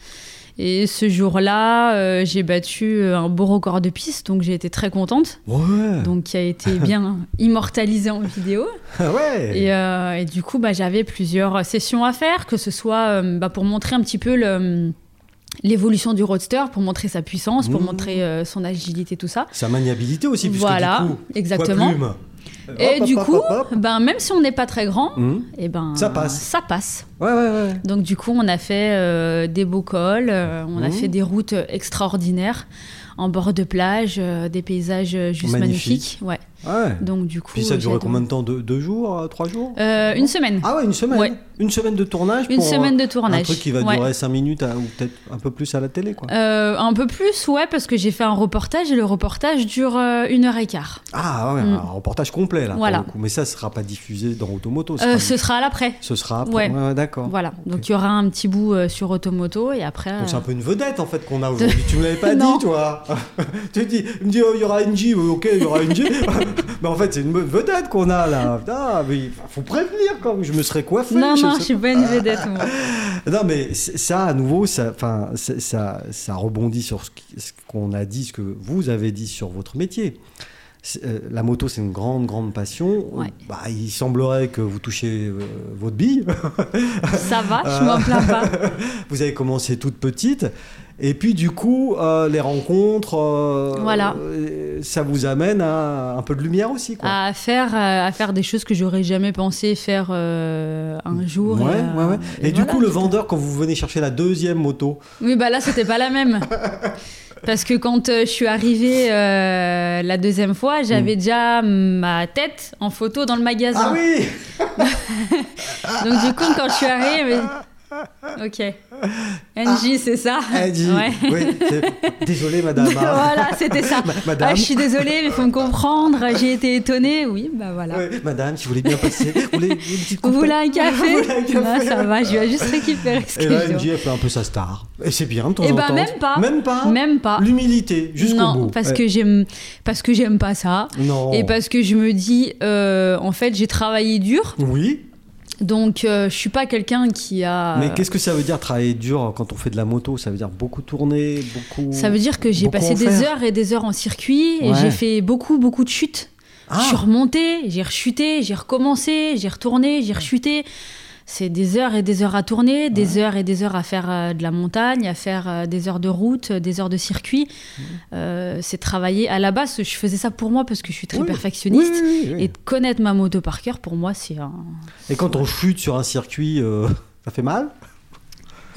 S2: Et ce jour-là, euh, j'ai battu euh, un beau record de piste, donc j'ai été très contente,
S1: Ouais.
S2: donc qui a été
S1: (laughs)
S2: bien immortalisé en vidéo.
S1: Ah ouais.
S2: Et, euh, et du coup, bah, j'avais plusieurs sessions à faire, que ce soit euh, bah, pour montrer un petit peu le- l'évolution du roadster, pour montrer sa puissance, pour
S1: Mmh.
S2: montrer euh, son agilité, tout ça.
S1: Sa maniabilité aussi, puisque
S2: voilà,
S1: du coup,
S2: exactement.
S1: poids plume.
S2: Et
S1: Hop,
S2: du
S1: hop,
S2: coup,
S1: hop, hop.
S2: ben, même si on n'est pas très grand,
S1: Hmm.
S2: eh ben,
S1: Ça passe.
S2: ça passe.
S1: Ouais, ouais, ouais.
S2: Donc du coup, on a fait euh, des beaux cols, euh, on a
S1: Mhm.
S2: fait des routes extraordinaires en bord de plage, euh, des paysages euh, juste
S1: Magnifique.
S2: magnifiques. Ouais.
S1: ouais.
S2: Donc du coup,
S1: Puis ça a
S2: euh,
S1: duré
S2: j'ai
S1: combien de temps deux, deux jours euh, Trois jours
S2: adoré. Euh, Une semaine.
S1: Ah ouais, une semaine.
S2: Ouais.
S1: Une semaine de tournage
S2: Une
S1: pour euh,
S2: semaine
S1: un-
S2: de tournage.
S1: Un truc qui va
S2: Ouais.
S1: durer 5 minutes à- ou peut-être un peu plus à la télé, quoi.
S2: Euh, un peu plus, ouais, parce que j'ai fait un reportage et le reportage dure euh, une heure et quart.
S1: Ah ouais,
S2: Mm.
S1: un reportage complet, là, pour
S2: Voilà.
S1: le coup. Mais ça ne sera pas diffusé dans Automoto. ce
S2: Euh,
S1: sera-
S2: ce sera à l'après.
S1: Ce sera après.
S2: Ouais.
S1: Ouais, ouais, d'accord.
S2: Voilà, donc il y aura un petit bout euh, sur Automoto et après.
S1: Donc c'est
S2: euh,
S1: un peu une vedette en fait qu'on
S2: (laughs)
S1: a aujourd'hui. Tu me l'avais pas
S2: Non.
S1: dit, toi. (laughs) tu dis, il me dit, oh, il y aura NJ, Oui, ok, il y aura NJ. (laughs) mais en fait, c'est une vedette qu'on a là. Putain, mais il faut prévenir quand même. Je me serais coiffé.
S2: Non,
S1: je sais
S2: non, je suis pas une vedette, moi.
S1: non, mais c- ça, à nouveau, ça, enfin, c- ça, ça rebondit sur ce qui- ce qu'on a dit, ce que vous avez dit sur votre métier. C'est- euh, la moto, c'est une grande, grande passion.
S2: Ouais.
S1: Bah, il semblerait que vous touchiez euh, votre bille. (laughs)
S2: Ça va,
S1: Euh.
S2: je m'en plains pas.
S1: vous avez commencé toute petite. Et puis, du coup, euh, les rencontres, euh,
S2: Voilà.
S1: euh, ça vous amène à un peu de lumière aussi. Quoi.
S2: À faire, euh, à faire des choses que j'aurais jamais pensé faire euh, un jour.
S1: Ouais,
S2: euh,
S1: ouais, ouais. Et, du
S2: voilà,
S1: coup, le
S2: c'était-
S1: vendeur, quand vous venez chercher la deuxième moto,
S2: Oui, bah là, c'était pas
S1: (laughs)
S2: la même. Parce que quand euh, je suis arrivée euh, la deuxième fois, j'avais déjà ma tête en photo dans le
S1: Mm. ah
S2: magasin.
S1: oui
S2: (laughs) Donc du coup, quand je suis arrivée, mais... ok.
S1: Ah.
S2: NJ, c'est ça
S1: Elle dit,
S2: (laughs) Ouais.
S1: oui, c'est- désolé madame.
S2: (laughs)
S1: hein.
S2: voilà, c'était ça.
S1: Ma- madame.
S2: Ah, je suis désolée, mais faut me comprendre. J'ai été étonnée. Oui, bah voilà.
S1: Oui, madame, si vous voulez bien passer, vous voulez une petite
S2: Vous
S1: coupe-
S2: voulez un café,
S1: Vous voulez un café Eh ben,
S2: Non, ça va, je vais juste récupérer ce
S1: Et
S2: que
S1: là,
S2: j'ai.
S1: elle dit, elle fait un peu sa star. Et c'est bien, de temps
S2: Eh
S1: en
S2: ben,
S1: temps.
S2: même pas.
S1: Même pas.
S2: Même pas.
S1: L'humilité, jusqu'au
S2: non,
S1: bout.
S2: parce
S1: Ouais. Oh.
S2: que j'aime, parce que j'aime pas ça,
S1: Non.
S2: et parce que je me dis, euh, en fait, j'ai travaillé dur,
S1: Oui,
S2: donc euh, je suis pas quelqu'un qui a.
S1: mais qu'est-ce que ça veut dire travailler dur quand on fait de la moto Ça veut dire beaucoup tourner, beaucoup.
S2: ça veut dire que j'ai
S1: Beaucoup
S2: passé
S1: en
S2: des
S1: faire.
S2: heures et des heures en circuit et
S1: Ouais.
S2: j'ai fait beaucoup beaucoup de chutes.
S1: Ah,
S2: Je suis remontée, j'ai rechuté, j'ai recommencé, j'ai retourné, j'ai rechuté. C'est des heures et des heures à tourner, des heures et des heures à faire euh, de la montagne, à faire euh, des heures de route, euh, des heures de circuit. Euh, c'est travailler. À la base, je faisais ça pour moi parce que je suis très
S1: Oui.
S2: perfectionniste.
S1: oui, oui, oui, oui.
S2: Et de connaître ma moto par cœur, pour moi, c'est un.
S1: Et... quand on chute sur un circuit, euh, (laughs) ça fait mal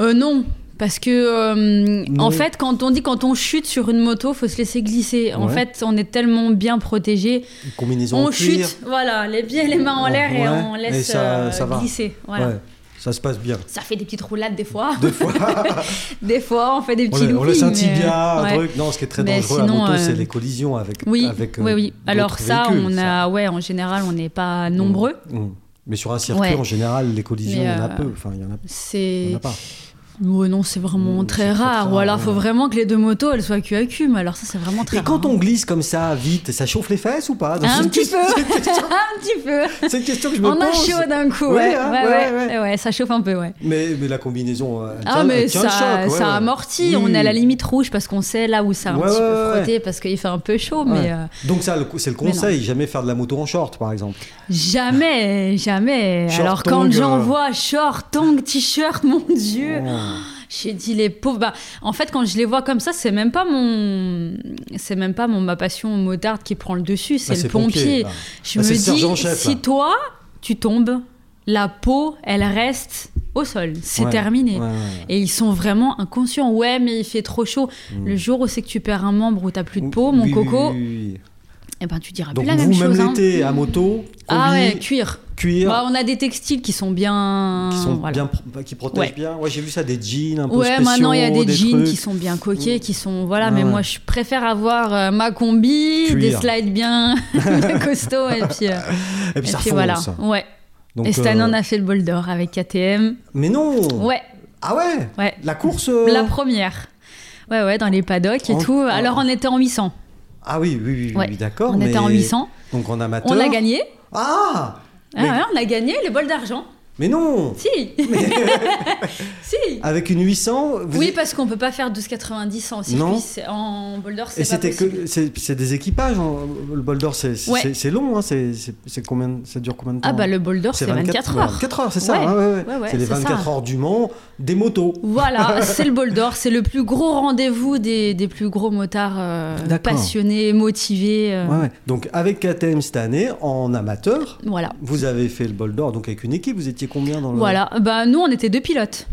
S2: Euh, non! Parce que, euh,
S1: Non.
S2: en fait, quand on dit quand on chute sur une moto, faut se laisser glisser. En
S1: Ouais.
S2: fait, on est tellement bien protégé.
S1: Une combinaison
S2: On
S1: en cuir.
S2: chute, voilà, les pieds et les mains en l'air et
S1: Ouais.
S2: on laisse
S1: Et ça-
S2: euh,
S1: ça va.
S2: glisser. Voilà.
S1: Ouais, ça se passe bien.
S2: Ça fait des petites roulades des fois.
S1: Deux fois.
S2: (laughs) Des fois, on fait
S1: On,
S2: des petits
S1: la- on
S2: loopings.
S1: laisse un
S2: mais,
S1: tibia,
S2: euh,
S1: un
S2: ouais.
S1: truc. Non, ce qui est très
S2: Mais
S1: dangereux à
S2: sinon,
S1: moto,
S2: euh,
S1: c'est les collisions avec.
S2: Oui,
S1: avec euh,
S2: oui, oui.
S1: d'autres
S2: Alors ça,
S1: véhicules,
S2: on
S1: ça.
S2: a, ouais, en général, on n'est pas nombreux.
S1: Mm. Mais sur un circuit,
S2: Ouais.
S1: en général, les collisions, il
S2: Mais,
S1: y en a
S2: euh,
S1: peu. Enfin, il y en a, il y en
S2: C'est,
S1: a pas.
S2: Ouais, non, c'est vraiment
S1: Non, c'est
S2: très
S1: très, très
S2: rare.
S1: rare,
S2: Ou alors,
S1: ouais.
S2: faut vraiment que les deux motos, elles soient cul à cul. Mais alors ça, c'est vraiment très
S1: Et quand
S2: rare.
S1: on glisse comme ça, vite, ça chauffe les fesses ou pas Non,
S2: Un
S1: c'est une
S2: petit
S1: question-
S2: un petit peu.
S1: C'est (laughs) une question que je me
S2: (laughs) On a
S1: pose.
S2: chaud d'un coup.
S1: Ouais,
S2: Ouais,
S1: hein,
S2: ouais,
S1: ouais,
S2: ouais,
S1: ouais.
S2: ouais, ouais, ça chauffe un peu, ouais.
S1: Mais, mais la combinaison, elle
S2: Ah
S1: tient-
S2: mais
S1: elle tient
S2: ça,
S1: le choc. ouais,
S2: ça
S1: ouais.
S2: amortit,
S1: Oui.
S2: on a la limite rouge parce qu'on sait là où ça a un
S1: Ouais,
S2: petit
S1: ouais, ouais.
S2: peu frotté parce qu'il fait un peu chaud,
S1: Ouais.
S2: mais euh,
S1: Donc ça, le coup- c'est le
S2: Mais non.
S1: conseil, jamais faire de la moto en short, par exemple.
S2: Jamais, jamais.
S1: Short,
S2: Alors
S1: tongue,
S2: quand j'en
S1: euh.
S2: vois short, tong, t-shirt, (laughs) mon dieu,
S1: Oh.
S2: j'ai dit les pauvres. Bah, en fait, quand je les vois comme ça, c'est même pas mon, c'est même pas mon ma passion motarde qui prend le dessus, c'est
S1: Bah,
S2: le pompier.
S1: là.
S2: Je
S1: Bah, c'est
S2: me
S1: le sergent
S2: dis,
S1: chef,
S2: si
S1: là.
S2: toi tu tombes, la peau, elle reste au sol, c'est
S1: Ouais,
S2: terminé.
S1: Ah, ouais, ouais.
S2: Et ils sont vraiment inconscients. Ouais, mais il fait trop chaud. Le jour où c'est que tu perds un membre ou t'as plus de peau, mon
S1: Mm. Oui, oui,
S2: coco,
S1: oui, oui, oui.
S2: eh ben tu diras
S1: Donc
S2: plus la
S1: vous,
S2: même chose.
S1: même
S2: hein.
S1: l'été, à moto,
S2: Ah
S1: combi,
S2: ouais, cuir.
S1: cuir,
S2: Bah, on a des textiles qui sont bien.
S1: qui sont
S2: voilà.
S1: bien, pro- bah, qui protègent
S2: Ouais.
S1: bien. Ouais, j'ai vu ça des jeans un peu
S2: Ouais,
S1: spéciaux,
S2: maintenant il y a des, jeans
S1: trucs.
S2: qui sont bien coqués, qui sont voilà.
S1: Ouais,
S2: mais
S1: ouais.
S2: moi, je préfère avoir euh, ma combi,
S1: Cuir.
S2: des slides bien, (laughs)
S1: (laughs)
S2: bien costauds et puis, euh,
S1: Et
S2: et
S1: puis ça
S2: puis
S1: fonce.
S2: voilà. Ouais.
S1: Donc,
S2: et Stan
S1: euh,
S2: en a fait le bol d'or avec KTM.
S1: Mais non.
S2: Ouais,
S1: Ah ouais.
S2: ouais.
S1: La course. euh,
S2: La première. Ouais, ouais, dans les paddocks et
S1: En-
S2: tout.
S1: en-
S2: Alors on était en 800.
S1: Ah oui, oui, oui, oui,
S2: Ouais.
S1: oui, d'accord.
S2: on
S1: Oh, mais-
S2: était en 800.
S1: Donc en amateur.
S2: On a gagné.
S1: Ah.
S2: Ah
S1: mais,
S2: ouais, on a gagné le bol d'argent.
S1: mais non.
S2: Si. (laughs) si.
S1: Avec une 800. vous-
S2: Oui, parce qu'on peut pas faire 12,90 en circuit.
S1: Non.
S2: c'est- En boulder,
S1: Et
S2: c'est pas
S1: c'était
S2: possible.
S1: que c'est c'est des équipages. en- le bol d'or, c'est c'est-
S2: Ouais.
S1: c'est- c'est long. Hein, c'est- c'est c'est combien de- Ça dure combien de temps
S2: Ah bah le boulder, c'est 24 heures.
S1: 24 heures, c'est ça.
S2: Ouais.
S1: hein, ouais, ouais.
S2: Ouais, ouais,
S1: c'est les
S2: c'est ça.
S1: 24 heures du Mans des motos. (laughs)
S2: Voilà, c'est le bol d'or, c'est le plus gros rendez-vous des, des plus gros motards euh,
S1: D'accord.
S2: passionnés, motivés. euh,
S1: Ouais, ouais. Donc avec KTM cette année en amateur,
S2: Voilà.
S1: vous avez fait le bol d'or. Donc avec une équipe, vous étiez combien dans le
S2: Voilà, bah nous on était deux pilotes.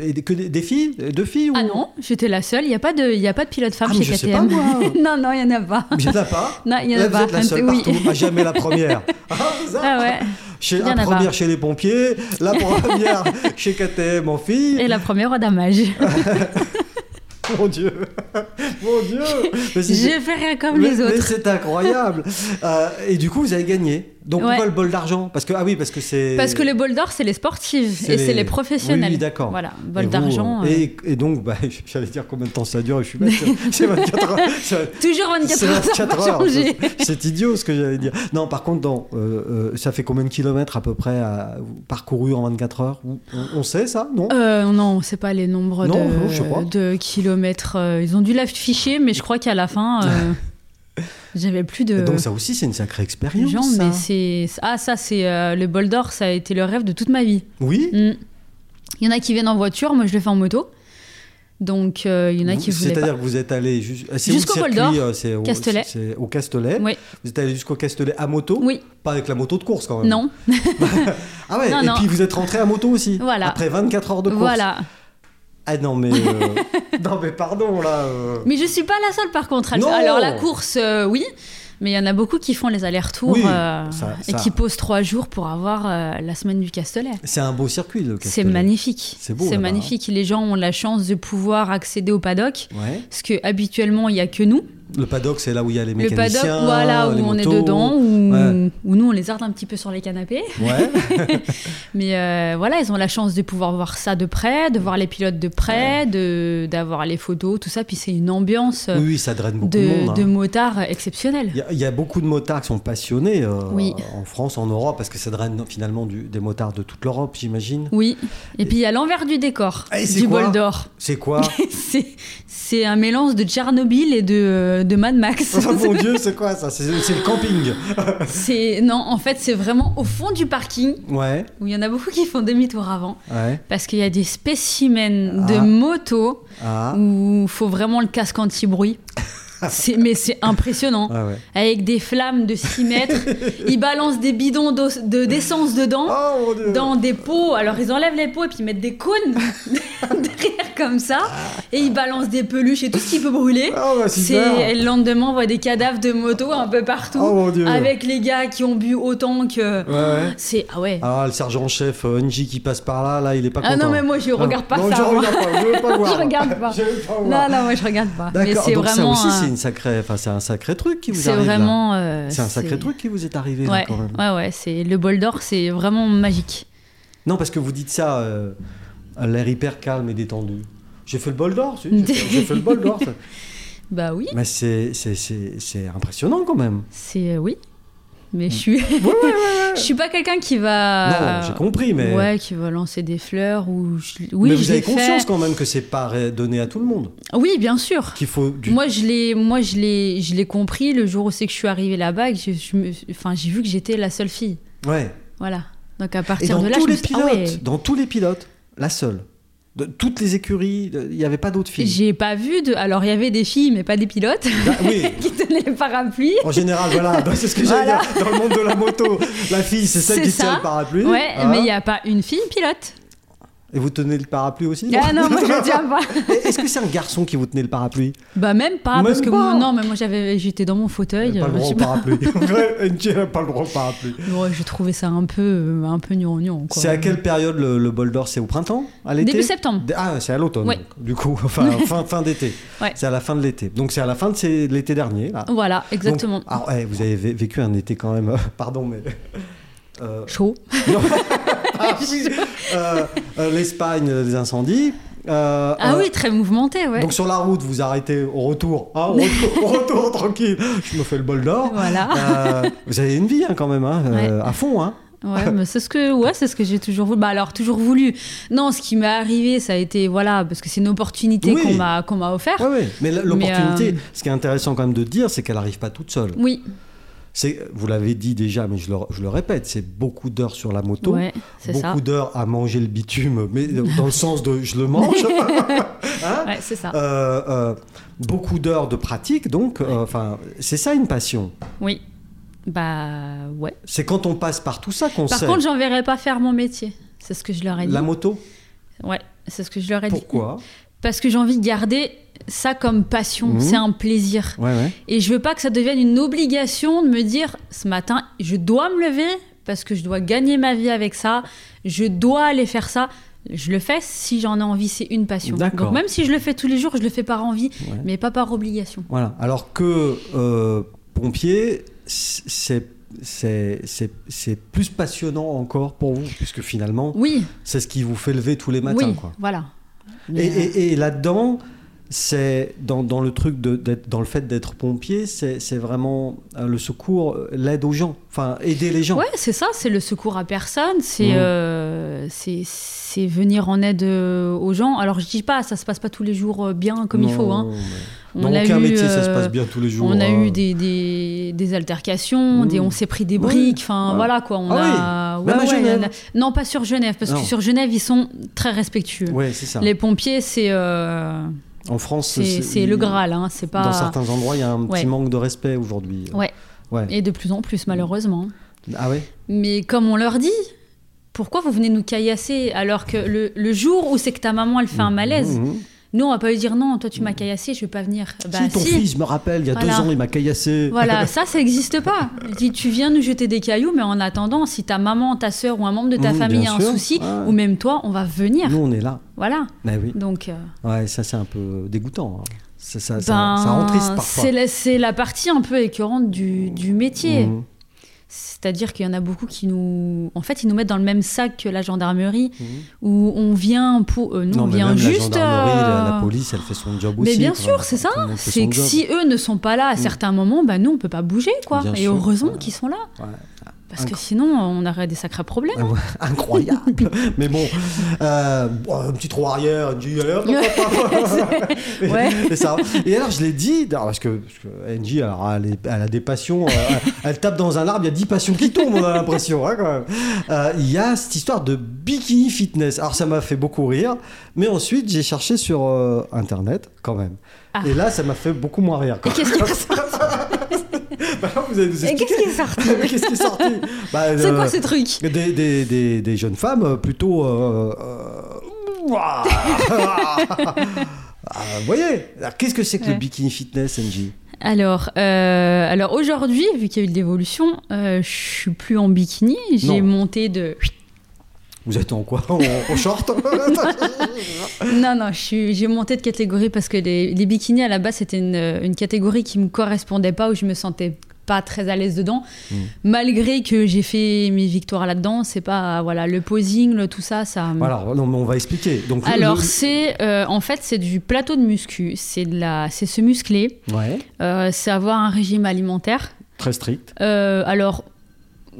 S1: Et des- que des, des filles, deux filles ou...
S2: Ah non, j'étais la seule, il n'y a pas de, il y a pas de pilote femme
S1: Ah, mais
S2: chez
S1: je sais
S2: KTM.
S1: pas,
S2: (laughs)
S1: moi.
S2: non, non, il n'y en a pas.
S1: Il y en a pas.
S2: Non, il y en a
S1: Là,
S2: pas.
S1: Vous êtes la seule
S2: Oui. (laughs)
S1: partout, à jamais la première. Ah, c'est ça
S2: Ah ouais.
S1: Chez,
S2: Il y
S1: la
S2: en a
S1: première
S2: pas.
S1: chez les pompiers,
S2: (laughs)
S1: la première chez KTM en fille.
S2: Et la première au damage.
S1: Ah, Mon Dieu (laughs) Mon Dieu Mais c'est-
S2: J'ai fait rien comme
S1: mais-
S2: les
S1: mais
S2: autres.
S1: c'est
S2: (laughs)
S1: incroyable Euh, Et du coup, vous avez gagné. Donc
S2: Ouais.
S1: pourquoi le bol d'argent Parce que, ah oui, parce que c'est...
S2: Parce que le bol d'or, c'est les sportives
S1: C'est
S2: et
S1: les-
S2: c'est les
S1: Oui,
S2: professionnels.
S1: oui, d'accord.
S2: Voilà,
S1: Et
S2: bol
S1: vous,
S2: d'argent.
S1: euh,
S2: euh,
S1: Et, et donc, bah, (laughs) j'allais dire combien de temps ça dure, je suis
S2: (laughs)
S1: bête, c'est- c'est 24 heures. ça-
S2: Toujours 24
S1: C'est
S2: heures, ça n'a
S1: 24
S2: pas
S1: heures.
S2: changé.
S1: C'est- C'est idiot ce que j'allais dire. Non, par contre, dans, euh, euh, ça fait combien de kilomètres à peu près à- parcourus en 24 heures on, on- on sait ça, non
S2: Euh, non, c'est pas les nombres
S1: Non,
S2: de,
S1: non, je sais pas.
S2: de kilomètres. euh, Ils ont dû l'afficher, mais je crois qu'à la fin, euh,
S1: (laughs)
S2: j'avais plus de
S1: Et Donc ça aussi, c'est une sacrée expérience.
S2: gens.
S1: ça.
S2: Euh, Mais c'est ah ça, c'est euh, le bol d'or, ça a été le rêve de toute ma vie.
S1: Oui
S2: Mm. Il y en a qui viennent en voiture, moi je le fais en moto. Donc euh, il y en a qui
S1: Vous-
S2: voulaient
S1: C'est-à-dire
S2: pas.
S1: que vous êtes allé jus- ah, c'est où le
S2: Jusqu'au Col
S1: circuit,
S2: d'Or,
S1: euh, c'est au
S2: Castelet.
S1: c'est au Castelet.
S2: Oui.
S1: Vous êtes allé jusqu'au Castelet à moto
S2: Oui,
S1: Pas avec la moto de course quand même.
S2: non,
S1: Ah ouais,
S2: Non,
S1: et
S2: non.
S1: puis vous êtes rentré à moto aussi.
S2: Voilà.
S1: Après 24 heures de course.
S2: voilà.
S1: Ah non mais
S2: (laughs)
S1: euh, non mais pardon là. euh.
S2: Mais je suis pas la seule par contre. à le
S1: Non
S2: faire. Alors la course, euh, oui. Mais il y en a beaucoup qui font les allers-retours
S1: Oui,
S2: euh,
S1: ça-
S2: et
S1: ça-
S2: qui posent trois jours pour avoir euh, la semaine du Castelet.
S1: C'est un beau circuit le
S2: C'est
S1: Castelet.
S2: magnifique.
S1: C'est beau, là-bas, hein.
S2: magnifique. Les gens ont la chance de pouvoir accéder au paddock.
S1: Ouais.
S2: Parce que habituellement, il n'y a que nous.
S1: Le paddock c'est là où il y a les
S2: Le
S1: mécaniciens.
S2: paddock, voilà, où
S1: les
S2: on est
S1: motos.
S2: dedans, où,
S1: Ouais.
S2: où nous, on les arde un petit peu sur les canapés. (laughs)
S1: Ouais.
S2: Mais euh, voilà, ils ont la chance de pouvoir voir ça de près, de voir les pilotes de près, de d'avoir les photos, tout ça. Puis c'est une ambiance
S1: oui, oui, ça draine beaucoup de,
S2: de,
S1: monde. hein.
S2: de motards exceptionnelle.
S1: Il y, a- il y a beaucoup de motards qui sont passionnés euh,
S2: Oui.
S1: en France, en Europe, parce que ça draine finalement du- des motards de toute l'Europe, j'imagine.
S2: Oui. Et puis il y a l'envers du décor
S1: Ah, et c'est
S2: du
S1: quoi
S2: bol d'or. (laughs)
S1: C'est quoi
S2: C'est- c'est un mélange de Tchernobyl et de, de
S1: (laughs)
S2: Mad Max.
S1: (laughs) Oh mon dieu, c'est quoi ça C'est c'est le camping.
S2: C'est non, en fait, c'est vraiment au fond du parking
S1: Ouais,
S2: où il y en a beaucoup qui font demi-tour avant
S1: ouais.
S2: parce qu'il y a des spécimens de
S1: Ah.
S2: moto
S1: Ah.
S2: où faut vraiment le
S1: (laughs)
S2: casque anti-bruit. C'est- mais c'est impressionnant.
S1: Ouais, ouais.
S2: Avec des flammes de 6
S1: (laughs)
S2: mètres, ils balancent des bidons d'eau- de- d'essence dedans,
S1: Oh mon dieu.
S2: dans des pots. Alors ils enlèvent les pots et puis ils mettent des cônes (laughs) derrière comme ça. Et ils balancent des peluches et tout ce qui peut brûler.
S1: Oh, bah, super.
S2: C'est et le lendemain, on voit des cadavres de motos un peu partout.
S1: Oh mon dieu.
S2: Avec les gars qui ont bu autant que.
S1: Ouais, ouais.
S2: C'est. Ah ouais.
S1: Ah, le sergent-chef euh, NJ qui passe par là, là, il est pas
S2: Ah
S1: content.
S2: non, mais moi, je regarde pas
S1: non,
S2: ça,
S1: Je
S2: moi.
S1: regarde pas, je veux pas voir.
S2: (laughs)
S1: (laughs)
S2: Je regarde pas.
S1: Je veux pas voir.
S2: Là, là, moi, je regarde pas. Mais
S1: D'accord,
S2: c'est
S1: donc
S2: vraiment.
S1: ça aussi, c'est
S2: euh,
S1: une sacrée, enfin, c'est un sacré truc qui vous
S2: c'est
S1: arrive. là.
S2: vraiment. euh,
S1: C'est un sacré truc qui vous est arrivé là,
S2: Ouais,
S1: quand même.
S2: ouais, ouais. C'est le bol d'or, c'est vraiment magique.
S1: Non, parce que vous dites ça euh, à l'air hyper calme et détendu. J'ai fait le bol d'or, si, j'ai fait- j'ai fait le bol d'or.
S2: (laughs)
S1: ça.
S2: Bah oui,
S1: Mais c'est- c'est c'est- c'est impressionnant quand même.
S2: c'est euh, oui. Mais je suis. (laughs) je suis pas quelqu'un qui va.
S1: non, j'ai compris, mais,
S2: Euh, Ouais, qui va lancer des fleurs ou. je- Oui,
S1: mais
S2: je
S1: vous avez
S2: l'ai fait.
S1: conscience quand même que c'est pas ré- donné à tout le monde.
S2: Oui, bien sûr.
S1: Qu'il faut du.
S2: Moi, je l'ai, moi, je l'ai, je l'ai compris le jour où c'est que je suis arrivée là-bas, et que je, je me- enfin, j'ai vu que j'étais la seule fille.
S1: ouais.
S2: Voilà. Donc à
S1: Et
S2: partir
S1: dans
S2: de là,
S1: tous
S2: je me
S1: les
S2: suis dit,
S1: pilotes,
S2: ah ouais,
S1: dans tous les pilotes, la seule. De toutes les écuries, de- il n'y avait pas d'autres filles.
S2: j'ai pas vu de. Alors il y avait des filles, mais pas des pilotes
S1: Bah, oui.
S2: (laughs) qui tenaient les parapluies.
S1: En général,
S2: (laughs)
S1: voilà, bah, c'est ce que j'allais
S2: Voilà.
S1: dire. Dans le monde de la moto, la fille, c'est celle
S2: C'est
S1: qui
S2: ça.
S1: tient le parapluie.
S2: Ouais,
S1: hein.
S2: mais il n'y a pas une fille pilote.
S1: Et vous tenez le parapluie aussi
S2: Ah non, moi je le
S1: (laughs)
S2: tiens pas.
S1: Et Eh, Est-ce que c'est un garçon qui vous tenait le parapluie
S2: Bah même pas,
S1: Même
S2: parce que
S1: pas.
S2: moi, non, mais moi j'avais, j'étais dans mon fauteuil.
S1: Pas
S2: euh,
S1: le droit
S2: je,
S1: au
S2: (laughs)
S1: parapluie. Ouais, NJ n'a pas le droit au parapluie.
S2: Ouais, je trouvais ça un peu, euh, un peu gnangnan, quoi.
S1: C'est à quelle période le, le bol d'or C'est au printemps À l'été
S2: Début septembre.
S1: Ah, c'est à l'automne,
S2: Ouais.
S1: donc, du coup,
S2: (laughs)
S1: enfin, fin, fin d'été.
S2: Ouais.
S1: C'est à la fin de l'été. Donc c'est à la fin de ces- de l'été dernier, là.
S2: Voilà, exactement.
S1: Donc, ah ouais, vous avez vé- vécu un été quand même, euh, pardon, mais. euh,
S2: Chaud.
S1: non.
S2: (laughs)
S1: Ah oui, euh, euh, L'Espagne, euh, les incendies. euh,
S2: Ah
S1: euh,
S2: oui, très mouvementé, ouais.
S1: Donc sur la route, vous arrêtez au retour. hein, au retour, au retour, (laughs) tranquille. Je me fais le bol d'or.
S2: Voilà. Ah.
S1: Euh, vous avez une vie hein, quand même, hein, euh, à fond. Hein.
S2: Ouais, mais c'est ce que, ouais, c'est ce que j'ai toujours voulu. Bah alors toujours voulu. Non, ce qui m'est arrivé, ça a été voilà, parce que c'est une opportunité
S1: Oui.
S2: qu'on m'a qu'on m'a offerte.
S1: Ouais, ouais. Mais l- l'opportunité,
S2: Ah. euh,
S1: ce qui est intéressant quand même de dire, c'est qu'elle n'arrive pas toute seule.
S2: Oui,
S1: C'est, vous l'avez dit déjà, mais je le, je le répète, c'est beaucoup d'heures sur la moto.
S2: ouais, c'est ça.
S1: Beaucoup d'heures à manger le bitume, mais
S2: (laughs)
S1: dans le sens de je le mange. Hein
S2: Ouais, c'est ça.
S1: Euh, euh, beaucoup d'heures de pratique, donc euh, enfin, c'est ça une passion.
S2: Oui. Bah ouais.
S1: C'est quand on passe par tout ça qu'on
S2: Par
S1: sait.
S2: contre, j'en verrai pas faire mon métier. C'est ce que je leur ai dit.
S1: la moto,
S2: Ouais, c'est ce que je leur ai dit.
S1: pourquoi
S2: Parce que j'ai envie de garder ça comme passion.
S1: Mhm.
S2: C'est un plaisir.
S1: Ouais, ouais.
S2: Et je veux pas que ça devienne une obligation de me dire ce matin, je dois me lever parce que je dois gagner ma vie avec ça, je dois aller faire ça. Je le fais si j'en ai envie, c'est une passion.
S1: D'accord.
S2: Donc même si je le fais tous les jours, je le fais par envie,
S1: Ouais.
S2: mais pas par obligation.
S1: Voilà. Alors que euh, pompier, c'est c'est- c'est- c'est plus passionnant encore pour vous, puisque finalement,
S2: Oui,
S1: c'est ce qui vous fait lever tous les matins.
S2: oui,
S1: quoi.
S2: voilà.
S1: Et,
S2: Mais, euh,
S1: et- et là-dedans, c'est dans, dans le truc de- d'être- dans le fait d'être pompier, c'est c'est vraiment euh, le secours, euh, l'aide aux gens, enfin aider les gens.
S2: Ouais, c'est ça, c'est le secours à personne, c'est
S1: Mhm.
S2: euh, c'est- c'est venir en aide euh, aux gens. Alors je dis pas, ça se passe pas tous les jours euh, bien comme il
S1: Non,
S2: faut. Hein.
S1: mais
S2: On
S1: Dans
S2: a
S1: aucun
S2: eu,
S1: métier, ça se
S2: euh,
S1: passe bien tous les jours.
S2: On a
S1: hein.
S2: eu des, des, des altercations,
S1: Mhm.
S2: des, on s'est pris des
S1: Ouais,
S2: briques, enfin
S1: ouais.
S2: voilà quoi. On
S1: Ah
S2: a,
S1: oui, même à
S2: il y en a-
S1: Genève.
S2: Non, pas sur Genève, parce
S1: Non.
S2: que sur Genève, ils sont très respectueux.
S1: Ouais, c'est ça.
S2: Les pompiers, c'est euh,
S1: En France,
S2: c'est c'est le Graal, hein, c'est pas.
S1: Dans certains endroits, il y a un
S2: Ouais.
S1: petit manque de respect aujourd'hui.
S2: Ouais.
S1: Ouais.
S2: Et de plus en plus, malheureusement.
S1: Ah ouais.
S2: Mais comme on leur dit, pourquoi vous venez nous caillasser alors que le, le jour où c'est que ta maman elle fait un malaise,
S1: Mhm.
S2: nous on va pas lui dire non, toi tu m'as caillassé, je vais pas venir. Bah
S1: Mmh. si ton fils me rappelle, il y a
S2: Voilà.
S1: deux ans, il m'a caillassé.
S2: Voilà, ça, ça n'existe pas. Tu, tu viens nous jeter des cailloux, mais en attendant, si ta maman, ta sœur ou un membre de ta
S1: Mhm,
S2: famille
S1: bien
S2: a un
S1: sûr,
S2: souci,
S1: ouais.
S2: ou même toi, on va venir.
S1: Nous, on est là.
S2: Voilà.
S1: Bah oui.
S2: Donc, euh,
S1: Ouais, ça, c'est un peu dégoûtant. hein. Ça, ça, ça-
S2: ben,
S1: ça rentriste parfois.
S2: c'est la, c'est la partie un peu écœurante du, du métier.
S1: Mhm.
S2: C'est-à-dire qu'il y en a beaucoup qui nous. En fait, ils nous mettent dans le même sac que la gendarmerie,
S1: Mhm.
S2: où on vient pour. euh, nous,
S1: Non,
S2: on
S1: mais
S2: vient
S1: même
S2: juste.
S1: la gendarmerie, la- la,
S2: euh,
S1: police, elle fait son job
S2: Mais
S1: aussi.
S2: bien
S1: quoi.
S2: sûr, c'est ça.
S1: Tout le monde fait
S2: C'est
S1: son
S2: que
S1: job. Mm.
S2: si eux ne sont pas là à certains moments, bah nous, on peut pas bouger, quoi.
S1: Bien
S2: Et
S1: sûr,
S2: heureusement
S1: ouais.
S2: qu'ils sont là.
S1: Ouais.
S2: Parce
S1: Incro-
S2: que sinon, on aurait des
S1: (laughs)
S2: sacrés problèmes.
S1: Ah ouais, Incroyable. mais bon, euh, bon, un petit trou arrière, une petite- alors, hop, hop, hop. Et- (laughs)
S2: Ouais.
S1: et, ça. et alors, je l'ai dit, non, parce que, parce que Angie, alors, elle, est- elle a des passions. euh, elle, elle tape dans un arbre, il y a 10 passions qui tombent, on a l'impression. hein, quand même. Euh, Il y a cette histoire de bikini fitness. Alors, ça m'a fait beaucoup rire, mais ensuite, j'ai cherché sur euh, Internet quand même.
S2: Ah.
S1: Et là, ça m'a fait beaucoup moins rire.
S2: (laughs) Et
S1: quoi.
S2: qu'est-ce qui est sorti
S1: Bah, (laughs) vous allez nous
S2: Et
S1: expliquer.
S2: qu'est-ce qui
S1: (laughs)
S2: est sorti
S1: Mais Qu'est-ce qui est sorti Bah,
S2: C'est
S1: euh,
S2: quoi ce truc
S1: des, des, des, des jeunes femmes euh, plutôt. euh, euh,
S2: (laughs)
S1: ouah. Ah, vous voyez, alors qu'est-ce que c'est que le
S2: Ouais.
S1: bikini fitness, Angie
S2: Alors, euh, alors aujourd'hui, vu qu'il y a eu de l'évolution, euh, je suis plus en bikini. J'ai
S1: Non.
S2: monté de.
S1: Vous êtes en quoi en, en short
S2: (laughs) Non, non, je suis- j'ai monté de catégorie parce que les, les bikinis à la base c'était une, une catégorie qui me correspondait pas où je me sentais pas très à l'aise dedans.
S1: Mm.
S2: Malgré que j'ai fait mes victoires là-dedans, c'est pas voilà le posing, le tout ça, ça. me-
S1: Voilà, non, mais on va expliquer. Donc, le-
S2: Alors
S1: le-
S2: c'est euh, en fait c'est du plateau de muscu, c'est de la, c'est se muscler,
S1: Ouais,
S2: euh, c'est avoir un régime alimentaire.
S1: très strict.
S2: Euh, alors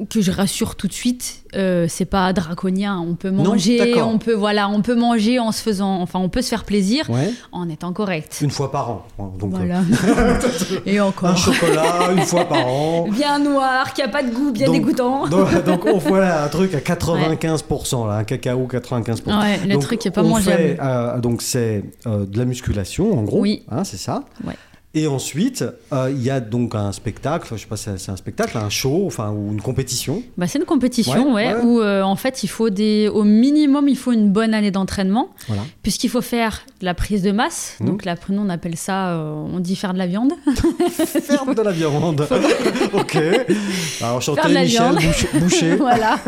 S2: que je rassure tout de suite, euh, c'est pas draconien. On peut
S1: Non,
S2: manger,
S1: d'accord.
S2: on peut voilà, on peut manger en se faisant, enfin on peut se faire plaisir
S1: Ouais.
S2: en étant correct.
S1: Une fois par an. hein, Donc, euh,
S2: Voilà. (laughs) Et
S1: un
S2: encore.
S1: chocolat, une fois par an.
S2: Bien noir, qui a pas de goût, bien
S1: Donc-
S2: dégoûtant.
S1: Donc, donc, on voilà un truc à 95%, là, un cacao 95%.
S2: Ouais, le
S1: Donc,
S2: truc est pas
S1: on
S2: mangeable.
S1: fait, euh, donc c'est euh, de la musculation en gros,
S2: Oui.
S1: hein, c'est ça.
S2: Ouais.
S1: Et ensuite, euh, il y a donc un spectacle, je sais pas si c'est un spectacle, un show, enfin ou une compétition.
S2: Bah, c'est une compétition,
S1: Ouais,
S2: ouais,
S1: ouais.
S2: où euh, en fait il faut des, au minimum il faut une bonne année d'entraînement, (laughs)
S1: Voilà.
S2: puisqu'il faut faire de la prise de masse.
S1: Mhm.
S2: Donc là, nous on appelle ça, euh, on dit faire de
S1: (laughs)
S2: la viande.
S1: Faire de la
S2: (laughs)
S1: viande. (laughs) ok. Alors
S2: Faire
S1: chanter
S2: de la
S1: Michel
S2: viande. (laughs)
S1: Bouch- Boucher.
S2: voilà.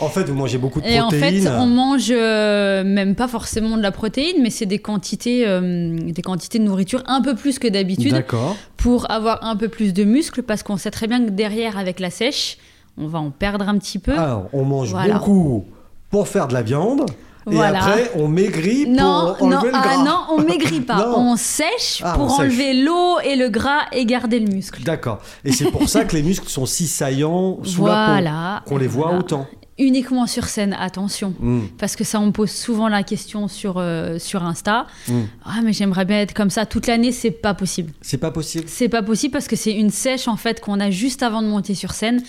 S1: En fait, vous mangez beaucoup de
S2: Et en fait,
S1: protéines.
S2: on mange euh, même pas forcément de la protéine, mais c'est des quantités, euh, des quantités de nourriture un peu plus que d'habitude
S1: D'accord.
S2: pour avoir un peu plus de muscles, parce qu'on sait très bien que derrière, avec la sèche, on va en perdre un petit peu.
S1: Alors, on mange
S2: Hein Voilà.
S1: beaucoup pour faire de la viande.
S2: Voilà.
S1: Et après, on maigrit
S2: non,
S1: pour enlever
S2: non,
S1: le
S2: ah
S1: gras.
S2: non, on maigrit pas,
S1: (laughs) Non.
S2: on sèche
S1: Ah,
S2: pour
S1: on sèche.
S2: enlever l'eau et le gras et garder le muscle.
S1: D'accord. Et c'est pour ça que les muscles sont si saillants sous la
S2: voilà.
S1: peau, qu'on les voit
S2: Voilà.
S1: autant.
S2: Uniquement sur scène, attention.
S1: Mm.
S2: Parce que ça, on me pose souvent la question sur, euh, sur Insta.
S1: Mm.
S2: Ah, mais j'aimerais bien être comme ça toute l'année, c'est pas possible.
S1: C'est pas possible.
S2: C'est pas possible parce que c'est une sèche en fait qu'on a juste avant de monter sur scène.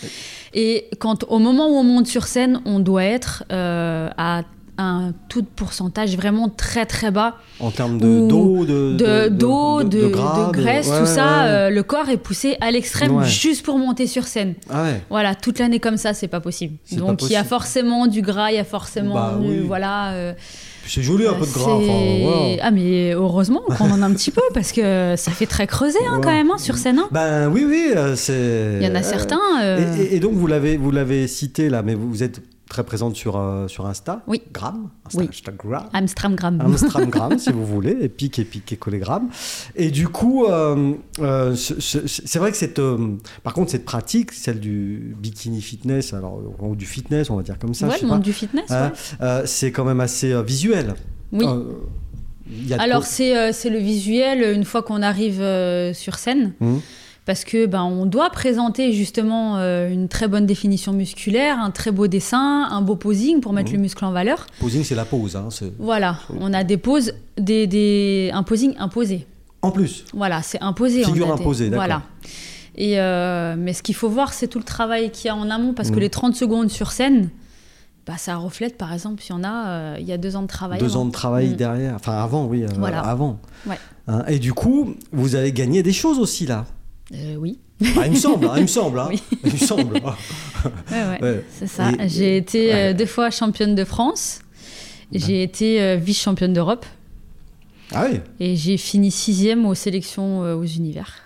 S2: Et quand au moment où on monte sur scène, on doit être euh, à un taux de pourcentage vraiment très très bas.
S1: En termes de d'eau, de,
S2: de- d'eau, de,
S1: gras,
S2: de graisse,
S1: ouais,
S2: tout ça,
S1: ouais, ouais.
S2: euh, le corps est poussé à l'extrême
S1: Ouais.
S2: juste pour monter sur scène.
S1: Ah ouais.
S2: Voilà, toute l'année comme ça, c'est pas possible.
S1: C'est pas
S2: Donc il y a
S1: possible.
S2: forcément du gras, il y a forcément
S1: Bah
S2: du-
S1: oui.
S2: voilà. euh,
S1: C'est joli un peu de gras.
S2: c'est-
S1: enfin, wow.
S2: Ah mais heureusement qu'on en a
S1: (laughs)
S2: un petit peu parce que ça fait très creuser hein,
S1: Ouais.
S2: quand même hein, sur scène. hein.
S1: Ben oui, oui, euh, c'est.
S2: Il y en
S1: euh,
S2: a certains. euh,
S1: Et, et- et donc vous l'avez vous l'avez cité là, mais vous, vous êtes très présente sur euh, sur Insta.
S2: Oui.
S1: Gram.
S2: Oui. Ah.
S1: Instagram.
S2: Amstramgram.
S1: Ah,
S2: (laughs)
S1: Amstramgram, si vous voulez, et pique et pique et collégramme. Et du coup, euh, euh, ce- ce- c'est vrai que cette, euh, par contre, cette pratique, celle du bikini fitness, alors ou du fitness, on va dire comme ça,
S2: ouais,
S1: je sais
S2: le
S1: pas,
S2: monde du fitness.
S1: hein,
S2: ouais.
S1: euh, c'est quand même assez euh, visuel.
S2: Oui.
S1: Euh, il y a de
S2: Alors
S1: quoi-
S2: c'est euh, c'est le visuel une fois qu'on arrive euh, sur scène.
S1: Mhm.
S2: Parce que ben, on doit présenter justement euh, une très bonne définition musculaire, un très beau dessin, un beau posing pour mettre
S1: Mhm.
S2: le muscle en valeur.
S1: posing, c'est la pose, hein, c'est-
S2: Voilà, on a des poses, des, des, un posing imposé.
S1: en plus.
S2: Voilà, c'est imposé.
S1: Figure
S2: on a des-
S1: imposée, d'accord.
S2: Voilà. Et euh, mais ce qu'il faut voir, c'est tout le travail qu'il y a en amont, parce
S1: Mhm.
S2: que les 30 secondes sur scène, bah, ça reflète, par exemple, s'il y en a, euh, il y a deux ans de travail.
S1: Deux
S2: avant.
S1: ans de travail
S2: Mm.
S1: derrière, enfin avant, oui, euh,
S2: Voilà.
S1: avant.
S2: Ouais.
S1: Hein, et du coup, vous avez gagné des choses aussi là.
S2: Euh,
S1: (laughs)
S2: oui,
S1: Ah, il me semble, hein, il me semble, hein.
S2: (laughs) Oui.
S1: (laughs) il me semble. hein.
S2: Ouais, ouais.
S1: Ouais.
S2: c'est ça.
S1: Et-
S2: J'ai été euh,
S1: ouais.
S2: deux fois championne de France, j'ai été euh, vice-championne d'Europe,
S1: Ah oui,
S2: et j'ai fini sixième aux sélections euh, aux univers,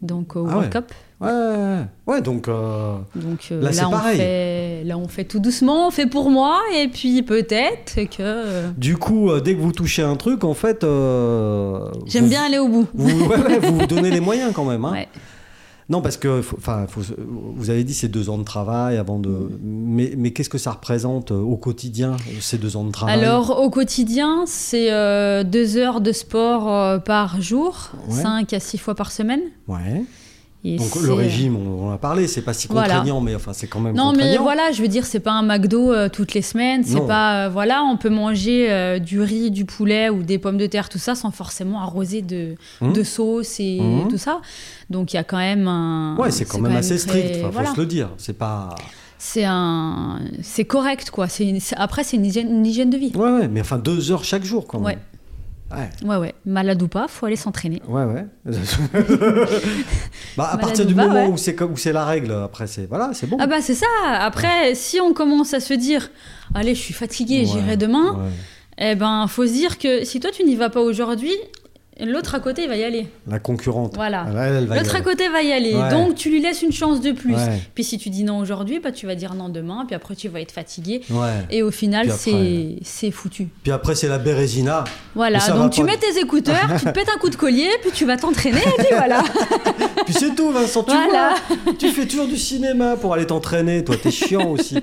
S2: donc au
S1: Ah
S2: World
S1: ouais.
S2: Cup.
S1: ouais, ouais, ouais, donc euh,
S2: Donc euh,
S1: Là,
S2: là,
S1: c'est
S2: on
S1: pareil.
S2: fait, là, on fait tout doucement, on fait pour moi, et puis peut-être que euh,
S1: du coup, euh, dès que vous touchez un truc, en fait, euh,
S2: j'aime
S1: vous-
S2: bien aller au bout.
S1: Vous, ouais, ouais, vous vous donnez les moyens quand même. hein.
S2: Ouais.
S1: Non, parce que, faut- enfin, faut se- vous avez dit ces deux ans de travail avant de. Mais, mais qu'est-ce que ça représente euh, au quotidien ces deux ans de travail
S2: Alors au quotidien, c'est euh, deux heures de sport euh, par jour,
S1: Ouais.
S2: cinq à six fois par semaine.
S1: Ouais.
S2: Et
S1: Donc
S2: c'est- euh,
S1: le régime, on, on en a parlé, c'est pas si
S2: Voilà.
S1: contraignant, mais enfin, c'est quand même
S2: Non mais
S1: contraignant.
S2: voilà, je veux dire, c'est pas un McDo euh, toutes les semaines,
S1: Non.
S2: c'est pas euh, voilà, on peut manger euh, du riz, du poulet ou des pommes de terre, tout ça, sans forcément arroser de,
S1: Mhm.
S2: de sauce et
S1: Mhm.
S2: tout ça. Donc il y a quand même un.
S1: Ouais, c'est quand même assez strict,
S2: très-
S1: enfin,
S2: voilà.
S1: faut se le dire. C'est pas.
S2: C'est un, c'est correct quoi. C'est une- c'est- après c'est une hygiène, une hygiène de vie.
S1: Ouais, ouais, mais enfin deux heures chaque jour quand même. Ouais.
S2: Ouais ouais, malade ou pas, faut aller s'entraîner.
S1: Ouais, ouais.
S2: (laughs)
S1: bah, à
S2: Malade
S1: partir du
S2: ou pas,
S1: moment
S2: ouais.
S1: où c'est comme où c'est la règle, après c'est voilà, c'est bon.
S2: Ah bah c'est ça. Après, si on commence à se dire, allez, je suis fatigué,
S1: Ouais,
S2: j'irai demain.
S1: ouais.
S2: Eh ben, faut se dire que si toi tu n'y vas pas aujourd'hui, l'autre à côté il va y aller.
S1: La concurrente.
S2: Voilà.
S1: Elle, elle va y
S2: L'autre à
S1: aller.
S2: côté va y aller.
S1: Ah, Ouais.
S2: Donc tu lui laisses une chance de plus.
S1: Ouais.
S2: Puis si tu dis non aujourd'hui, bah tu vas dire non demain. Puis après tu vas être fatigué.
S1: Ouais.
S2: Et au final,
S1: Puis après,
S2: c'est c'est foutu.
S1: Puis après c'est la Bérésina.
S2: Voilà,
S1: ça va
S2: donc tu
S1: pas.
S2: mets tes écouteurs, tu te pètes un coup de collier, puis tu vas t'entraîner, et puis
S1: (laughs)
S2: voilà.
S1: Puis c'est tout, Vincent. Tu
S2: Voilà.
S1: vois, tu fais toujours du cinéma pour aller t'entraîner. Toi, t'es chiant
S2: (laughs)
S1: aussi.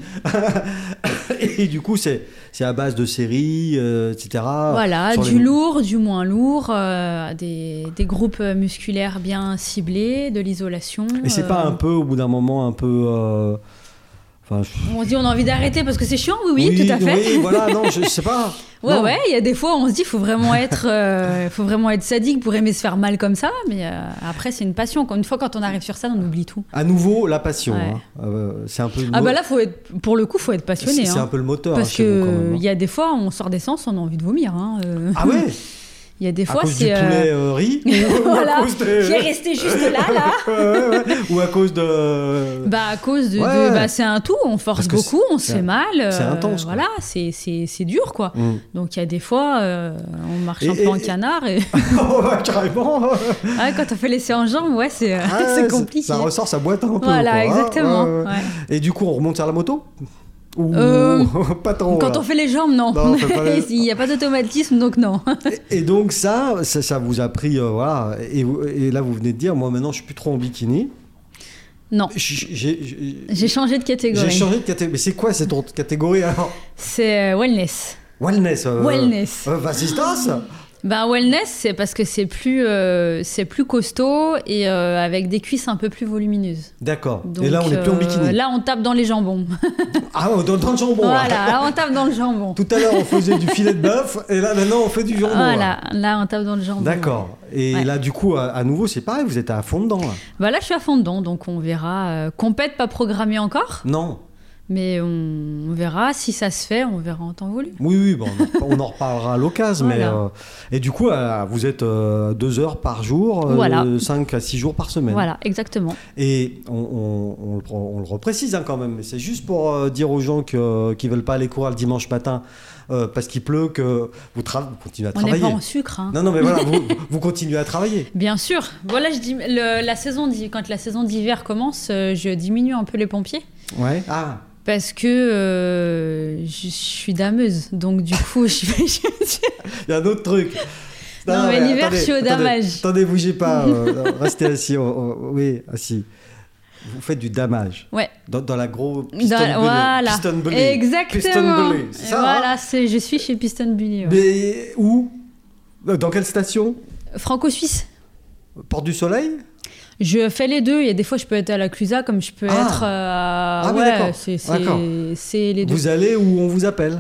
S1: Et du coup, c'est c'est à base de séries, euh, etc.
S2: Voilà,
S1: Sur
S2: du
S1: les-
S2: lourd, du moins lourd, euh, des, des groupes musculaires bien ciblés, de l'isolation.
S1: Et c'est pas
S2: euh,
S1: un peu, au bout d'un moment, un peu. euh, Enfin, je-
S2: On se dit on a envie d'arrêter parce que c'est chiant, oui, oui, tout à fait.
S1: Oui, (laughs) voilà, non, je, je sais pas.
S2: Ouais,
S1: Non.
S2: ouais, il y a des fois on se dit faut vraiment être, euh, faut vraiment être sadique pour aimer se faire mal comme ça, mais euh, après c'est une passion. Quand- Une fois quand on arrive sur ça, on oublie tout.
S1: À nouveau, la passion.
S2: Ouais.
S1: hein. Euh, c'est un peu. le
S2: Ah
S1: mo-
S2: bah là, faut être, pour le coup, faut être
S1: c'est-
S2: passionné.
S1: c'est
S2: hein.
S1: un peu le moteur. hein,
S2: parce
S1: chez vous, quand
S2: que
S1: même, hein.
S2: il y a des fois on sort des séances, on a envie de vomir. hein, euh.
S1: Ah ouais
S2: (laughs) Il y a des
S1: À
S2: fois
S1: cause du
S2: c'est. euh,
S1: poulet euh, riz ou, (laughs) à
S2: (laughs) voilà,
S1: cause
S2: qui
S1: de-
S2: est resté juste
S1: (laughs)
S2: là, là.
S1: Ouais, ouais, ouais. Ou à cause de.
S2: Bah à cause de,
S1: Ouais.
S2: de- bah, c'est un tout, on
S1: Parce
S2: force
S1: que
S2: beaucoup, on se
S1: c'est-
S2: fait mal, euh,
S1: c'est intense, quoi.
S2: voilà, c'est c'est c'est dur quoi.
S1: Mm.
S2: Donc il y a des fois, euh, on marche un
S1: Et-
S2: peu en
S1: et-
S2: canard et
S1: (laughs) Oh, ouais, carrément
S2: Ah, quand on fait les séances en jambes, ouais, c'est euh,
S1: Ah,
S2: (laughs)
S1: ça-
S2: c'est compliqué.
S1: Ça ressort, ça boite un peu. quoi,
S2: voilà,
S1: hein.
S2: exactement.
S1: Ouais, ouais.
S2: ouais.
S1: Et du coup, on remonte sur la moto Ou
S2: Euh,
S1: (laughs) pas trop hein.
S2: Quand
S1: là.
S2: on fait les jambes, non.
S1: Non, on fait
S2: (laughs)
S1: pas les-
S2: Il n'y a pas d'automatisme, donc non. (laughs)
S1: Et donc ça, ça, ça vous a pris, euh, voilà. Et, vous- et là, vous venez de dire, moi maintenant, je suis plus trop en bikini.
S2: non.
S1: J- J'ai j'ai-
S2: J'ai changé de
S1: j'ai
S2: catégorie.
S1: changé de catégorie. Mais c'est quoi cette autre catégorie alors
S2: C'est euh, wellness.
S1: Wellness. euh,
S2: Wellness.
S1: euh, assistance
S2: Ben wellness, c'est parce que c'est plus, euh, c'est plus costaud et euh, avec des cuisses un peu plus volumineuses.
S1: D'accord.
S2: Donc,
S1: Et là, on est plus en
S2: euh,
S1: bikini.
S2: Là, on tape dans les jambons.
S1: Ah, on est dans, dans le jambon. là.
S2: (laughs) voilà, là, on tape dans le jambon.
S1: Tout à l'heure, on faisait du filet de bœuf, et là, maintenant, on fait du jambon. là.
S2: Voilà, là, on tape dans le jambon.
S1: D'accord. Et
S2: Ouais.
S1: là, du coup, à, à nouveau, c'est pareil, vous êtes à fond dedans. Là.
S2: Ben, Bah là, je suis à fond dedans, donc on verra. Euh, compète pas programmée encore,
S1: Non.
S2: Mais on, on verra si ça se fait, on verra en temps voulu.
S1: Oui, oui, bon, on, en, on en reparlera à l'occasion. mais,
S2: Voilà.
S1: euh, et du coup, euh, vous êtes euh, deux heures par jour,
S2: Voilà.
S1: 5 à 6 jours par semaine.
S2: Voilà, exactement.
S1: Et on, on- on le, pre- on le reprécise hein, quand même, mais c'est juste pour euh, dire aux gens que, euh, qui veulent pas aller courir le dimanche matin euh, parce qu'il pleut que vous, tra- vous continuez à
S2: On n'est
S1: travailler.
S2: pas en sucre. hein.
S1: Non, non, mais voilà, vous, vous continuez à travailler.
S2: Bien sûr. Voilà, je dis, le- la saison d'hi- quand la saison d'hiver commence, euh, je diminue un peu les pompiers
S1: Ouais. Ah,
S2: parce que euh, je, je suis dameuse. Donc
S1: (laughs)
S2: du coup, je vais. je-
S1: il y a un autre
S2: (laughs)
S1: truc.
S2: Non, mais l'hiver,
S1: attendez,
S2: je suis au
S1: attendez,
S2: damage.
S1: Attendez, bougez
S2: (laughs)
S1: pas, euh, restez assis. on- on- oui, assis. Vous faites du damage.
S2: Ouais.
S1: Dans, dans la gros piston
S2: Dans-
S1: belly,
S2: voilà.
S1: piston belly, piston
S2: Exactement.
S1: belly, c'est ça, hein
S2: voilà, c'est je suis chez Piston Bully. ouais.
S1: Mais où Dans quelle station
S2: Franco-suisse.
S1: Porte du Soleil
S2: Je fais les deux. Il y a des fois, je peux être à la Clusa comme je peux
S1: Ah.
S2: être. euh,
S1: oui, d'accord.
S2: ouais, c'est-
S1: D'accord.
S2: c'est c'est les deux.
S1: Vous allez où on vous appelle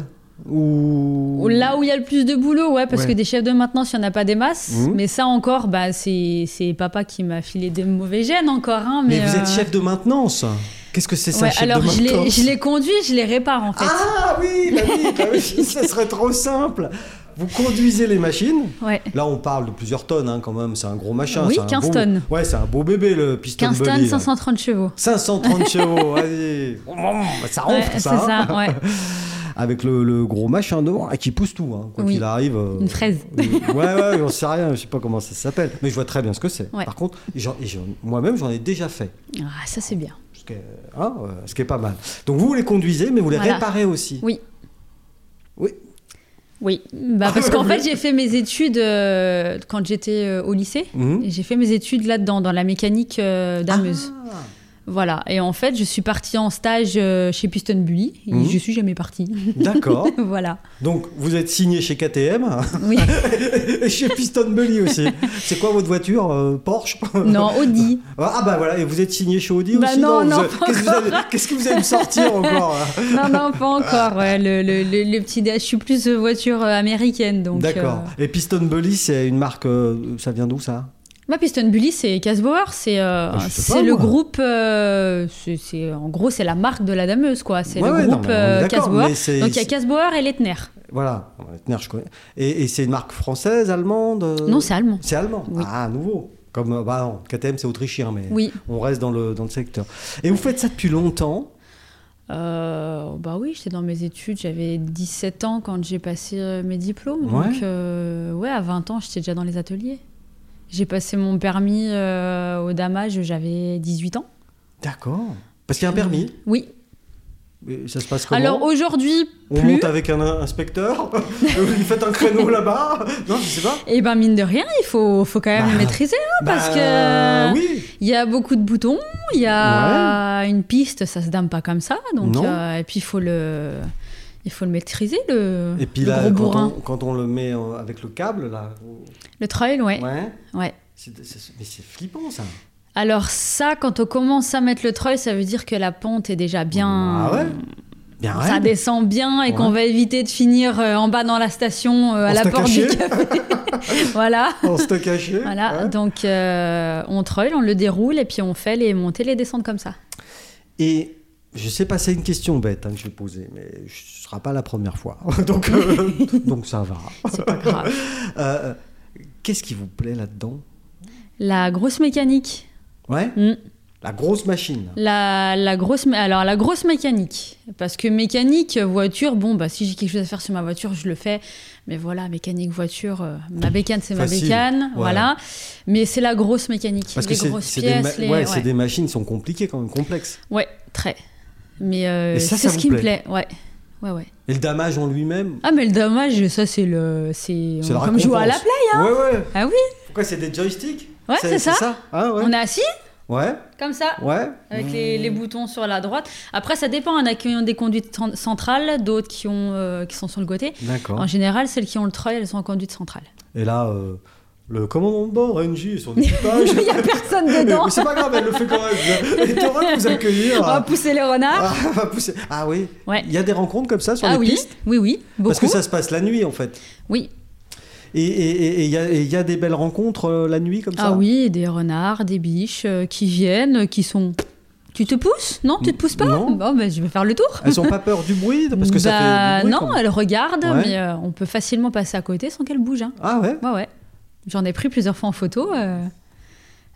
S1: Ou
S2: Là où il y a le plus de boulot, ouais, parce
S1: Ouais.
S2: que des chefs de maintenance, il n'y en a pas des masses.
S1: Mhm.
S2: Mais ça encore, bah, c'est c'est papa qui m'a filé des mauvais gènes encore. hein,
S1: Mais
S2: mais,
S1: vous
S2: euh,
S1: êtes chef de maintenance. Qu'est-ce que c'est ça,
S2: ouais,
S1: chef
S2: alors
S1: de
S2: je les,
S1: maintenance
S2: je les conduis, je les répare en fait.
S1: Ah oui, bah oui, bah oui, (laughs) ça serait trop simple. Vous conduisez les machines.
S2: ouais.
S1: Là, on parle de plusieurs tonnes hein, quand même. C'est un gros machin.
S2: Oui,
S1: c'est un
S2: 15
S1: beau-
S2: tonnes.
S1: Ouais, c'est un beau bébé le piston
S2: 15
S1: Bully,
S2: tonnes,
S1: là.
S2: 530 chevaux. (laughs)
S1: 530 chevaux, vas-y. Bah, ça
S2: Ouais,
S1: ronfle,
S2: c'est
S1: ça. hein. (laughs)
S2: ça, ouais.
S1: Avec le, le gros machin devant, ah, qui pousse tout, hein, quoi
S2: Oui.
S1: qu'il arrive. euh,
S2: Une fraise.
S1: euh, ouais, ouais, on sait rien, je sais pas comment ça s'appelle. Mais je vois très bien ce que c'est.
S2: Ouais.
S1: Par contre, j'en- et j'en- moi-même, j'en ai déjà fait.
S2: Ah, ça c'est bien.
S1: Ce qui, est, hein, euh, ce qui est pas mal. Donc vous, vous les conduisez, mais vous les
S2: Voilà.
S1: réparez aussi.
S2: Oui.
S1: Oui.
S2: Oui, bah,
S1: (laughs)
S2: parce qu'en fait, j'ai fait mes études euh, quand j'étais euh, au lycée.
S1: Mhm.
S2: Et J'ai fait mes études là-dedans, dans la mécanique euh, d'ameuse.
S1: Ah.
S2: Voilà, et en fait, je suis partie en stage euh, chez Piston Bully, et
S1: Mhm.
S2: je suis jamais partie. (laughs)
S1: D'accord.
S2: voilà,
S1: Donc vous êtes signé chez KTM (laughs)
S2: oui.
S1: et chez Piston Bully
S2: (laughs)
S1: aussi. C'est quoi votre voiture euh, Porsche
S2: non, Audi.
S1: (laughs) Ah bah voilà, et vous êtes signé chez Audi
S2: Bah
S1: aussi
S2: non, non,
S1: vous-
S2: pas
S1: Qu'est-ce que vous
S2: encore.
S1: allez- qu'est-ce que vous allez me
S2: (laughs)
S1: sortir encore hein? là
S2: Non, non, pas encore. ouais, le, le- le- le petit, je suis plus euh, voiture euh, américaine, donc.
S1: D'accord.
S2: euh,
S1: Et Piston Bully, c'est une marque. euh, ça vient d'où ça
S2: Ma Piston Bully, c'est Casbauer, c'est euh,
S1: Ah, je sais
S2: c'est
S1: pas,
S2: le
S1: moi.
S2: groupe. euh, c'est- c'est en gros, c'est la marque de la dameuse, quoi. C'est
S1: Ouais,
S2: le
S1: ouais, non,
S2: groupe
S1: mais on est
S2: euh,
S1: d'accord,
S2: Casbauer.
S1: mais c'est-
S2: Donc il y a Casbauer et Lettner.
S1: Voilà. Tenir, je connais. Et, et c'est une marque française, allemande euh,
S2: Non, c'est allemand.
S1: C'est allemand.
S2: Oui.
S1: Ah, à nouveau. Comme euh, bah non, KTM, c'est autrichien, mais
S2: Oui.
S1: on reste dans le, dans le secteur. Et vous faites ça depuis longtemps
S2: Euh, bah oui, j'étais dans mes études, j'avais 17 ans quand j'ai passé euh, mes diplômes.
S1: Ouais.
S2: Donc, euh, ouais, à 20 ans, j'étais déjà dans les ateliers. J'ai passé mon permis euh, au damage, j'avais 18 ans.
S1: D'accord. Parce qu'il y a un permis.
S2: Oui.
S1: Et Ça se passe comment
S2: Alors aujourd'hui,
S1: On
S2: plus.
S1: monte avec un un
S2: (laughs)
S1: inspecteur Vous faites un créneau là-bas Non, je sais pas.
S2: Et ben mine de rien, il faut, faut quand même
S1: Bah,
S2: le maîtriser, hein, parce
S1: Bah,
S2: que
S1: Oui
S2: il y a beaucoup de boutons, il y a une piste, ça se dame pas comme ça, donc
S1: Non.
S2: euh, et puis il faut le, il faut le maîtriser le,
S1: Et puis
S2: le
S1: là,
S2: gros
S1: quand on,
S2: bourrin,
S1: quand on le met euh, avec le câble, là.
S2: le trail, ouais,
S1: Ouais.
S2: ouais.
S1: C'est- c'est- mais c'est flippant ça.
S2: Alors ça, quand on commence à mettre le trail, ça veut dire que la pente est déjà bien.
S1: Ah ouais Bien
S2: Ça
S1: raide.
S2: descend bien et qu'on va éviter de finir euh, en bas dans la station euh, à
S1: On
S2: la
S1: se t'a
S2: porte
S1: caché.
S2: du café. (laughs) voilà.
S1: On se t'a caché.
S2: Voilà,
S1: ouais.
S2: donc euh, on troll, on le déroule et puis on fait les montées, les descentes comme ça.
S1: Et je sais pas, c'est une question bête hein, que je vais poser, mais ce sera pas la première fois. (laughs) donc,
S2: (laughs)
S1: euh, donc ça va.
S2: C'est pas grave.
S1: (laughs) Euh, Qu'est-ce qui vous plaît là-dedans
S2: La grosse mécanique.
S1: Ouais
S2: Mm.
S1: La grosse machine. là.
S2: La, la grosse, mé- alors la grosse mécanique, parce que mécanique voiture, bon bah si j'ai quelque chose à faire sur ma voiture, je le fais. Mais voilà, mécanique voiture, euh, ma bécane c'est ma
S1: Facile,
S2: bécane,
S1: voilà.
S2: voilà. Mais c'est la grosse mécanique,
S1: Parce que
S2: les
S1: c'est
S2: grosses
S1: c'est des, ma-
S2: pièces, les-
S1: ouais,
S2: ouais,
S1: c'est des machines qui sont compliquées quand même, complexes.
S2: Ouais, très. Mais euh,
S1: Et ça,
S2: c'est
S1: ça
S2: ce
S1: vous
S2: qui me
S1: plaît
S2: plaît, ouais, ouais, ouais.
S1: Et le damage en lui-même,
S2: Ah mais le dommage, ça c'est le, c'est
S1: c'est la
S2: comme jouer à la
S1: récompense.
S2: play.
S1: Ouais, ouais.
S2: Ah oui.
S1: Pourquoi c'est des joysticks
S2: Ouais, c'est ça.
S1: Ah, ouais.
S2: On est assis
S1: ouais,
S2: comme ça,
S1: ouais.
S2: avec les, les boutons sur la droite. Après, ça dépend. Il y en a qui ont des conduites cent- centrales, d'autres qui, ont, euh, qui sont sur le côté.
S1: D'accord.
S2: En général, celles qui ont le treuil, elles sont en
S1: (laughs)
S2: conduite centrale.
S1: Et là, euh, le commandant de bord, NJ, et son équipage.
S2: (laughs) Il n'y a personne dedans.
S1: Ah, Mais c'est pas grave, elle le fait quand même. Elle est heureuse de vous accueillir.
S2: On va pousser les renards.
S1: Ah, va pousser. Ah oui.
S2: Ouais.
S1: Il y a des rencontres comme ça sur
S2: Ah
S1: les
S2: oui,
S1: pistes
S2: oui, oui,
S1: Parce
S2: beaucoup.
S1: que ça se passe la nuit en fait.
S2: Oui.
S1: Et- Et et- et il y, a- et il y a des belles rencontres euh, la nuit comme ça
S2: Ah oui, des renards, des biches euh, qui viennent, euh, qui sont Tu te pousses Non, tu te pousses pas
S1: Non.
S2: Bon, ben, je vais faire le tour.
S1: Elles ont pas peur du bruit parce que ça
S2: Bah,
S1: fait du bruit, quand
S2: non,
S1: même.
S2: elles regardent,
S1: Ouais.
S2: mais euh, on peut facilement passer à côté sans qu'elles bougent. hein.
S1: Ah ouais.
S2: Ouais, ouais. J'en ai pris plusieurs fois en photo. euh,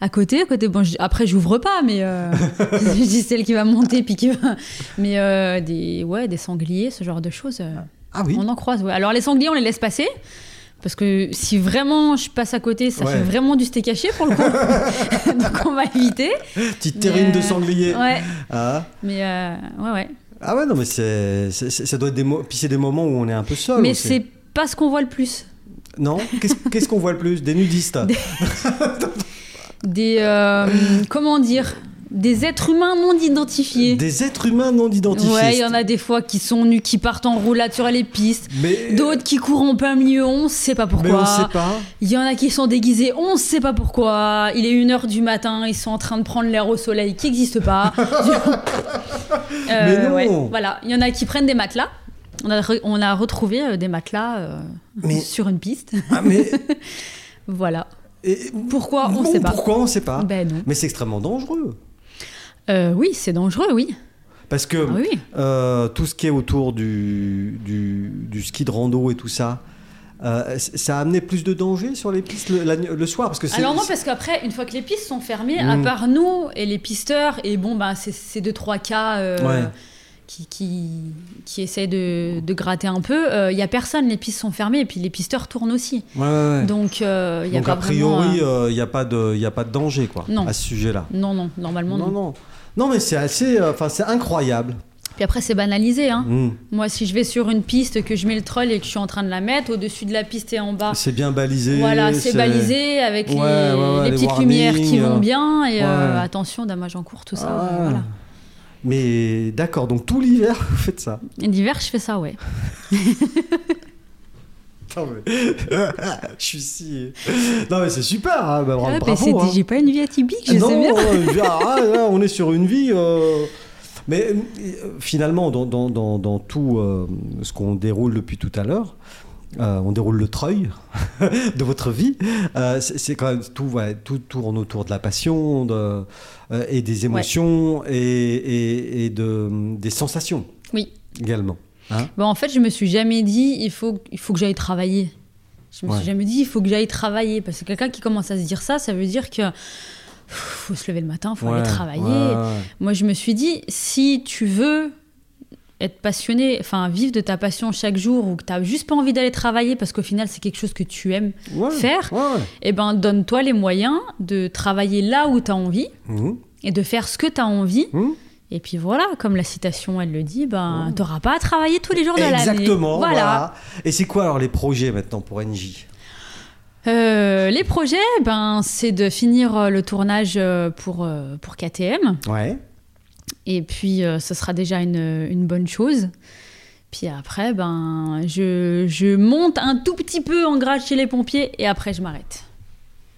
S2: à côté, à côté. Bon, je- après, j'ouvre pas,
S1: (laughs)
S2: mais euh, (laughs) je dis celle qui va monter, puis qui va. Mais euh, des, ouais, des sangliers, ce genre de choses. euh,
S1: Ah oui.
S2: On en croise, ouais. Alors les sangliers, on les laisse passer. Parce que si vraiment je passe à côté, ça
S1: Ouais.
S2: fait vraiment du steak haché pour
S1: (laughs)
S2: le coup. (laughs) Donc on va éviter.
S1: Petite terrine
S2: Mais,
S1: de
S2: euh,
S1: sanglier.
S2: Ouais,
S1: Ah.
S2: mais euh, ouais, ouais.
S1: Ah ouais, non, mais c'est, c'est- c'est- ça doit être des, mo- puis c'est des moments où on est un peu seul.
S2: mais
S1: aussi.
S2: c'est pas ce qu'on voit le plus.
S1: Non Qu'est-ce, qu'est-ce qu'on voit le plus Des nudistes.
S2: Des. euh, comment dire Des êtres humains non identifiés.
S1: Des êtres humains non identifiés.
S2: Ouais, il y en a des fois qui sont nus, qui partent en roulade sur les pistes.
S1: Mais,
S2: D'autres qui courent en plein milieu, on sait pas
S1: mais on
S2: pourquoi.
S1: sait pas.
S2: Il y en a qui sont déguisés, on sait pas pourquoi. Il est 1h du matin, ils sont en train de prendre l'air au soleil qui n'existe
S1: (laughs)
S2: pas. Euh,
S1: Mais non.
S2: Voilà, il y en a qui prennent des matelas. On a, re- on a retrouvé euh, des matelas euh,
S1: Mais-
S2: sur une piste. (laughs)
S1: Ah, mais.
S2: voilà.
S1: et-
S2: Pourquoi Oh, On
S1: non,
S2: sait pas.
S1: Pourquoi on sait pas
S2: Ben non.
S1: Mais c'est extrêmement dangereux.
S2: Euh, oui, c'est dangereux, oui.
S1: Parce que
S2: Ah oui.
S1: euh, tout ce qui est autour du, du, du ski de rando et tout ça. euh, c- ça a amené plus de danger sur les pistes le, la- le soir parce que c'est,
S2: Alors non, parce qu'après, une fois que les pistes sont fermées,
S1: Mm.
S2: à part nous et les pisteurs, et bon, bah, c'est- c'est deux, trois cas euh,
S1: Ouais.
S2: qui, qui, qui essaient de, de gratter un peu, il n'y a personne, les pistes sont fermées, et puis les pisteurs tournent aussi.
S1: Ouais, ouais, ouais.
S2: Donc, euh, il y a
S1: Donc
S2: pas
S1: a priori,
S2: vraiment, euh,
S1: il n'y a pas de, il a pas de danger quoi
S2: Non.
S1: à ce sujet-là.
S2: Non, non, normalement, non.
S1: non, non, Non, mais c'est assez, euh, enfin c'est incroyable.
S2: Puis après, c'est banalisé. Hein.
S1: Mm.
S2: Moi, si je vais sur une piste, que je mets le troll et que je suis en train de la mettre, au-dessus de la piste et en bas,
S1: C'est bien balisé.
S2: Ah. voilà, c'est balisé avec
S1: Ouais,
S2: les,
S1: ouais, ouais,
S2: les
S1: les
S2: petites
S1: warnings,
S2: lumières qui
S1: euh,
S2: vont bien, et euh,
S1: ouais.
S2: attention, damage en cours, tout ça.
S1: Ah.
S2: euh, voilà.
S1: Mais d'accord, donc tout l'hiver (laughs) vous faites ça.
S2: Et L'hiver, je fais ça, ouais.
S1: Non, mais- (laughs) je suis si. Non mais c'est super, hein, bah, bra-
S2: Ah, bah,
S1: bravo.
S2: c'était-
S1: hein.
S2: J'ai pas une vie atypique, je
S1: non,
S2: sais bien.
S1: euh, je- ah, ah, là, on est sur une vie. euh, Mais euh, finalement, dans, dans- dans- dans tout euh, ce qu'on déroule depuis tout à l'heure, euh, on déroule le treuil (laughs) de votre vie. Euh, c'est c'est quand même tout, ouais, tout tourne autour de la passion de, euh, et des émotions et, et- et de, des sensations
S2: Oui.
S1: également.
S2: Bah, en fait, je me suis jamais dit, il faut, il faut que j'aille travailler. Je me
S1: Ouais.
S2: suis jamais dit, il faut que j'aille travailler. Parce que quelqu'un qui commence à se dire ça, ça veut dire que pff, faut se lever le matin, faut
S1: Ouais,
S2: aller travailler.
S1: ouais, ouais.
S2: Moi, je me suis dit, si tu veux être passionné, enfin vivre de ta passion chaque jour, ou que t'as juste pas envie d'aller travailler parce qu'au final c'est quelque chose que tu aimes,
S1: Ouais,
S2: Faire.
S1: ouais, ouais.
S2: eh ben donne-toi les moyens de travailler là où t'as envie
S1: Mhm,
S2: et de faire ce que t'as envie.
S1: mhm.
S2: Et puis voilà, comme la citation elle le dit, ben t'auras pas à travailler tous les jours de l'année.
S1: Oh. Exactement.
S2: Voilà.
S1: voilà. Et c'est quoi alors les projets maintenant pour NJ
S2: Euh, les projets, ben c'est de finir euh, le tournage euh, pour euh, pour KTM.
S1: Ouais.
S2: Et puis, euh, ce sera déjà une, une bonne chose. Puis après, ben, je, je monte un tout petit peu en grade chez les pompiers et après, je m'arrête.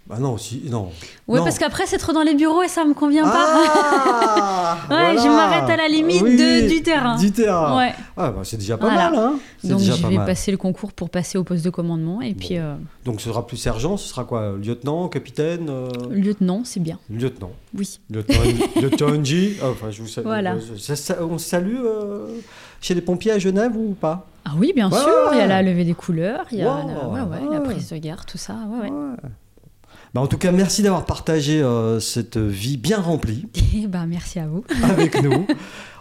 S1: Bah non, si, non.
S2: Ouais,
S1: Non.
S2: parce qu'après, c'est trop dans les bureaux et ça me convient
S1: Ah,
S2: pas. (laughs) Ouais, je m'arrête à la limite de- du terrain.
S1: Du terrain.
S2: pas. (laughs) Ouais.
S1: Ah, bah, c'est déjà pas
S2: Voilà.
S1: mal, hein. C'est
S2: Donc,
S1: déjà
S2: je
S1: pas
S2: vais
S1: mal.
S2: passer le concours pour passer au poste de commandement. Et puis, euh,
S1: Donc, ce sera plus sergent, ce sera quoi Lieutenant, capitaine euh,
S2: lieutenant, c'est bien.
S1: Lieutenant.
S2: Oui.
S1: Lieutenant,
S2: (laughs)
S1: lieutenant J. Ah, Enfin, je vous salue.
S2: Voilà.
S1: Euh, ça- ça- on se salue euh, chez les pompiers à Genève ou pas
S2: Ah oui, bien
S1: Ouais,
S2: sûr. Il y
S1: ouais.
S2: a la levée des couleurs, il y a
S1: Wow,
S2: la, ouais, ouais, la
S1: ouais.
S2: prise de garde, tout ça. Ouais, (laughs) ouais.
S1: Bah, En tout cas, merci d'avoir partagé euh, cette vie bien
S2: (laughs)
S1: remplie.
S2: Et ben, merci à vous.
S1: avec nous.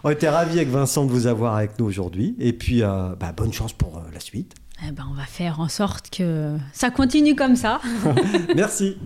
S1: On était ravis avec Vincent de vous avoir avec nous aujourd'hui. Et puis, euh, bah, bonne chance pour euh, la suite.
S2: Eh ben, on va faire en sorte que ça continue comme ça.
S1: Merci.